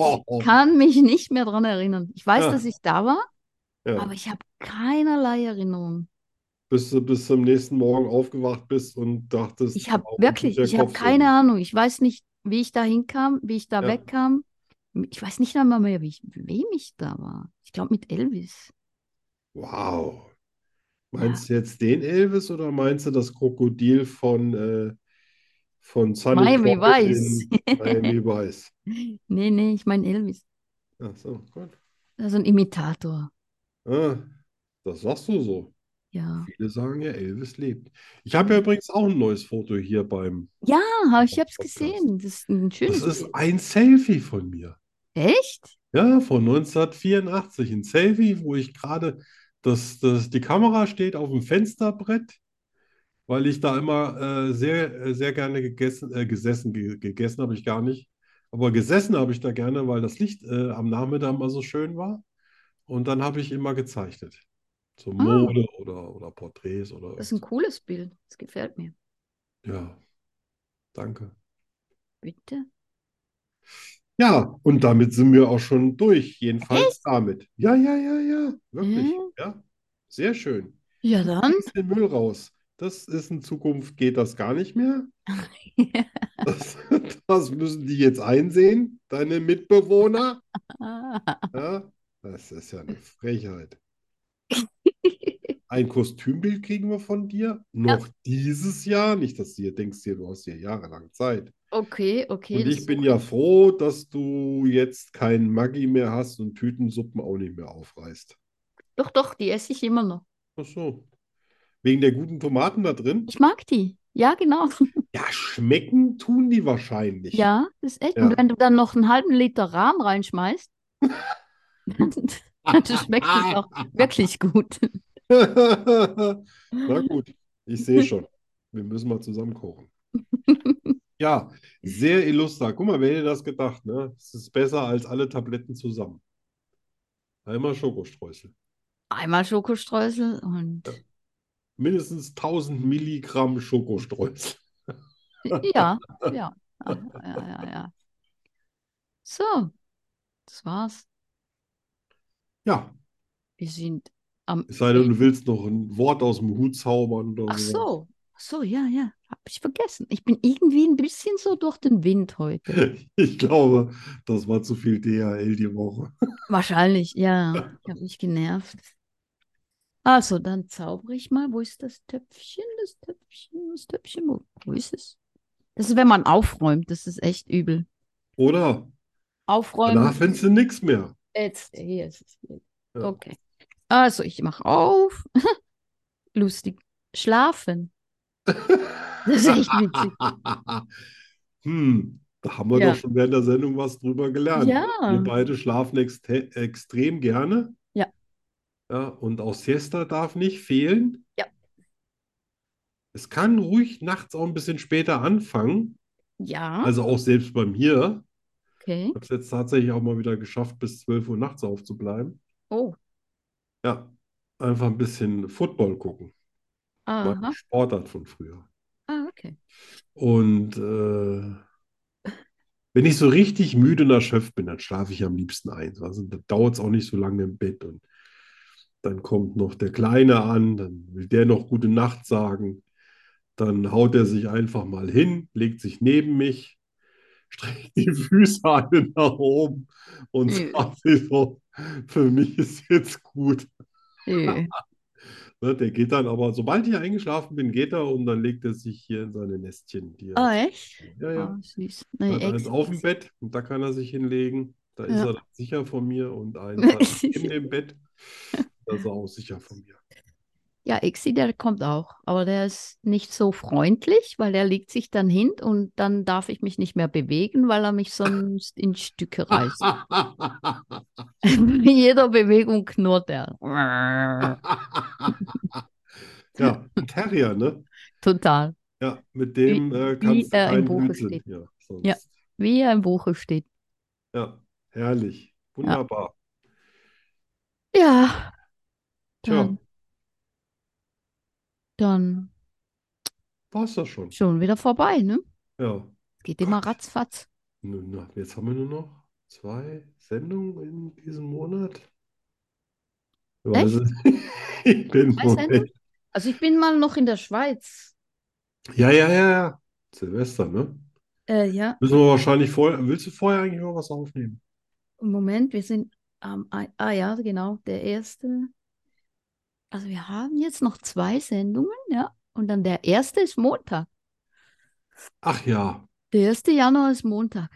A: Oh.
B: kann mich nicht mehr daran erinnern. Ich weiß,
A: Ja.
B: dass ich da war,
A: Ja.
B: aber ich habe keinerlei Erinnerung.
A: Bis du bis zum nächsten Morgen aufgewacht bist und dachtest,
B: Ich habe
A: warum
B: wirklich,
A: tut der
B: ich habe
A: Kopf so
B: keine
A: weh?
B: Ahnung. Ich weiß nicht, wie ich da hinkam, wie ich da
A: Ja.
B: wegkam. Ich weiß nicht einmal mehr, wie ich, mit wem ich da war. Ich glaube mit Elvis.
A: Wow. Meinst du jetzt den Elvis oder meinst du das Krokodil von, äh, von Sunny
B: Miami
A: Crockett
B: Vice.
A: in Miami Vice?
B: Nee, nee, ich meine Elvis.
A: Ach so, gut.
B: Das ist ein Imitator.
A: Ah, das sagst du so.
B: Ja.
A: Viele sagen ja, Elvis lebt. Ich habe ja übrigens auch ein neues Foto hier beim.
B: Ja, hab- Ah, ich habe es
A: Podcast.
B: gesehen. Das ist ein
A: Das
B: schönes
A: ist
B: Bild.
A: ein Selfie von mir.
B: Echt?
A: Ja, von 1984. Ein Selfie, wo ich gerade, das, das, die Kamera steht auf dem Fensterbrett, weil ich da immer äh, sehr, äh, sehr gerne gegessen, äh, gesessen, ge, gegessen habe ich gar nicht. Aber gesessen habe ich da gerne, weil das Licht äh, am Nachmittag immer so schön war. Und dann habe ich immer gezeichnet. So Mode oder, oder Porträts oder
B: Ah. Das ist ein cooles Bild. Das gefällt mir.
A: ja. Danke.
B: Bitte.
A: Ja, und damit sind wir auch schon durch. Jedenfalls damit. Ja, ja, ja, ja. Wirklich.
B: Mhm.
A: Ja. Sehr schön.
B: Ja, dann.
A: Schmeiß den Müll raus. Das ist in Zukunft geht das gar nicht mehr. Das, das müssen die jetzt einsehen, deine Mitbewohner. Ja, das ist ja eine Frechheit. Ein Kostümbild kriegen wir von dir noch dieses Jahr. Nicht, dass du hier denkst, hier, du hast hier jahrelang Zeit.
B: Okay, okay.
A: Und
B: das
A: ich bin
B: suche
A: ja froh, dass du jetzt keinen Maggi mehr hast und Tütensuppen auch nicht mehr aufreißt.
B: Doch, doch, die esse ich immer noch.
A: Ach so. Wegen der guten Tomaten da drin?
B: Ich mag die. Ja, genau.
A: Ja, schmecken tun die wahrscheinlich.
B: Ja, das ist echt.
A: Ja.
B: Und wenn du dann noch einen halben Liter Rahm reinschmeißt, dann, dann schmeckt es auch wirklich gut.
A: Na gut, ich sehe schon. Wir müssen mal zusammen kochen. Ja, sehr illustra. Guck mal, wer hätte das gedacht, ne? Es ist besser als alle Tabletten zusammen. Einmal Schokostreusel.
B: Einmal Schokostreusel und
A: Mindestens 1000 Milligramm Schokostreusel.
B: ja, ja, ja, ja, ja, ja. So, das war's.
A: Ja,
B: Wir sind am
A: es sei denn, du willst noch ein Wort aus dem Hut zaubern oder
B: Ach
A: sowas.
B: so, ach so, ja, ja, habe ich vergessen. Ich bin irgendwie ein bisschen so durch den Wind heute.
A: Ich glaube, das war zu viel DHL die Woche.
B: Wahrscheinlich, ja. Ich habe mich genervt. Also, dann zaubere ich mal. Wo ist das Töpfchen? Das Töpfchen, das Töpfchen, wo, wo ist es? Das ist, wenn man aufräumt. Das ist echt übel.
A: Oder? Danach
B: Aufräumen.
A: findest du nichts mehr.
B: Jetzt, hier ist es.
A: Ja.
B: Okay. Also, ich mache auf. Lustig. Schlafen. Das ist echt witzig.
A: Hm, da haben wir
B: Ja.
A: doch schon während der Sendung was drüber gelernt.
B: Ja.
A: Wir beide schlafen exte- extrem gerne.
B: Ja.
A: Ja, und auch Siesta darf nicht fehlen.
B: Ja.
A: Es kann ruhig nachts auch ein bisschen später anfangen,
B: Ja,
A: also auch selbst bei mir.
B: okay.
A: Ich habe es jetzt tatsächlich auch mal wieder geschafft, bis 12 Uhr nachts aufzubleiben.
B: Oh,
A: Ja, einfach ein bisschen Football gucken, meine
B: aha.
A: Sportart von früher.
B: Ah, okay.
A: Und äh, wenn ich so richtig müde und erschöpft bin, dann schlafe ich am liebsten ein. Also da dauert es auch nicht so lange im Bett. Und dann kommt noch der Kleine an, dann will der noch gute Nacht sagen. Dann haut er sich einfach mal hin, legt sich neben mich, streckt die Füße alle nach oben und
B: Äh.
A: sagt sich so, für mich ist jetzt gut.
B: Äh,
A: Ne, Der geht dann aber, sobald ich eingeschlafen bin, geht er und dann legt er sich hier in seine Nestchen, die er
B: Ah, echt?
A: Ja, ja.
B: Ah, süß.
A: Er
B: Nee,
A: hat eins
B: echt.
A: auf dem Bett und da kann er sich hinlegen. Da ist
B: Ja.
A: er dann sicher von mir und eins hat er neben dem Bett. Da ist er auch sicher von mir.
B: Ja, Ixi, der kommt auch, aber der ist nicht so freundlich, weil er legt sich dann hin und dann darf ich mich nicht mehr bewegen, weil er mich sonst in Stücke reißt. Bei jeder Bewegung knurrt er.
A: Ja, ein Terrier, ne?
B: Total,
A: Ja, mit dem äh,
B: wie
A: kannst du
B: er im
A: keinen
B: Buche
A: Blödsinn
B: steht.
A: hier sonst.
B: Ja. wie er im Buche steht.
A: Ja, herrlich. Wunderbar.
B: Ja,
A: Tja,
B: dann, dann
A: war's das schon.
B: schon wieder vorbei, ne?
A: Ja.
B: Geht immer ratzfatz.
A: Nun, na, Jetzt haben wir nur noch zwei Sendungen in diesem Monat. Ich weiß
B: Echt?
A: es nicht. Ich bin im
B: Zwei Sendungen?
A: Moment.
B: Also ich bin mal noch in der Schweiz.
A: Ja, ja, ja, ja. Silvester, ne?
B: Äh, ja,
A: Müssen wir wahrscheinlich vorher. Willst du vorher eigentlich mal was aufnehmen?
B: Moment, wir sind am, ei- ah ja, genau, der erste. Also wir haben jetzt noch zwei Sendungen, ja. Und dann der erste ist Montag.
A: Ach ja.
B: Der 1. Januar ist Montag.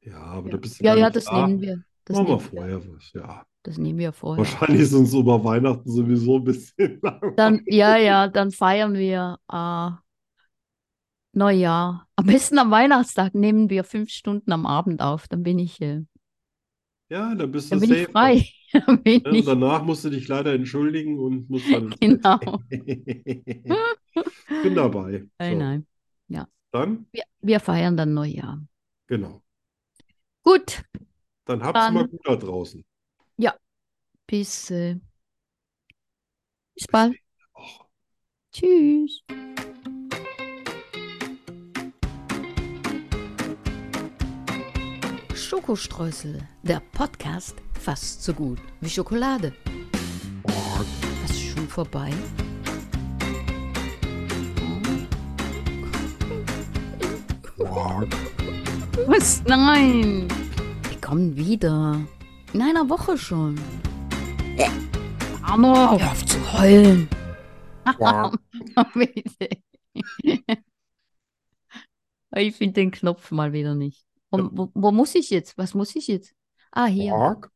A: Ja, aber
B: Ja.
A: da bist du
B: Ja,
A: gar
B: ja,
A: nicht
B: das
A: da.
B: nehmen wir. Das
A: Machen wir
B: nehmen wir.
A: vorher was, ja.
B: Das nehmen wir vorher.
A: Wahrscheinlich ist uns über Weihnachten sowieso ein bisschen langweilig.
B: Dann, ja, ja, dann feiern wir äh, Neujahr. Am besten am Weihnachtstag nehmen wir fünf Stunden am Abend auf. Dann bin ich, äh,
A: Ja, da bist
B: dann
A: du
B: bin ich
A: safe.
B: frei. Dann bin
A: Ne? Und
B: ich,
A: danach musst du dich leider entschuldigen und musst dann.
B: genau.
A: Bin dabei.
B: Nein,
A: So,
B: nein.
A: dann,
B: Wir, wir feiern dann Neujahr.
A: genau.
B: Gut,
A: Dann habt's
B: Dann-
A: mal gut da draußen.
B: bis, äh, bis bald.
A: Och.
B: Tschüss.
C: Schokostreusel, der Podcast fast so gut wie Schokolade. Was ist schon vorbei?
B: Was? Nein.
C: Wir kommen wieder. In einer Woche schon.
B: Arno.
C: Hör auf zu heulen.
B: Bitte. Ich finde den Knopf mal wieder nicht. Wo, wo, wo muss ich jetzt? Was muss ich jetzt? Ah, hier.
A: Quark.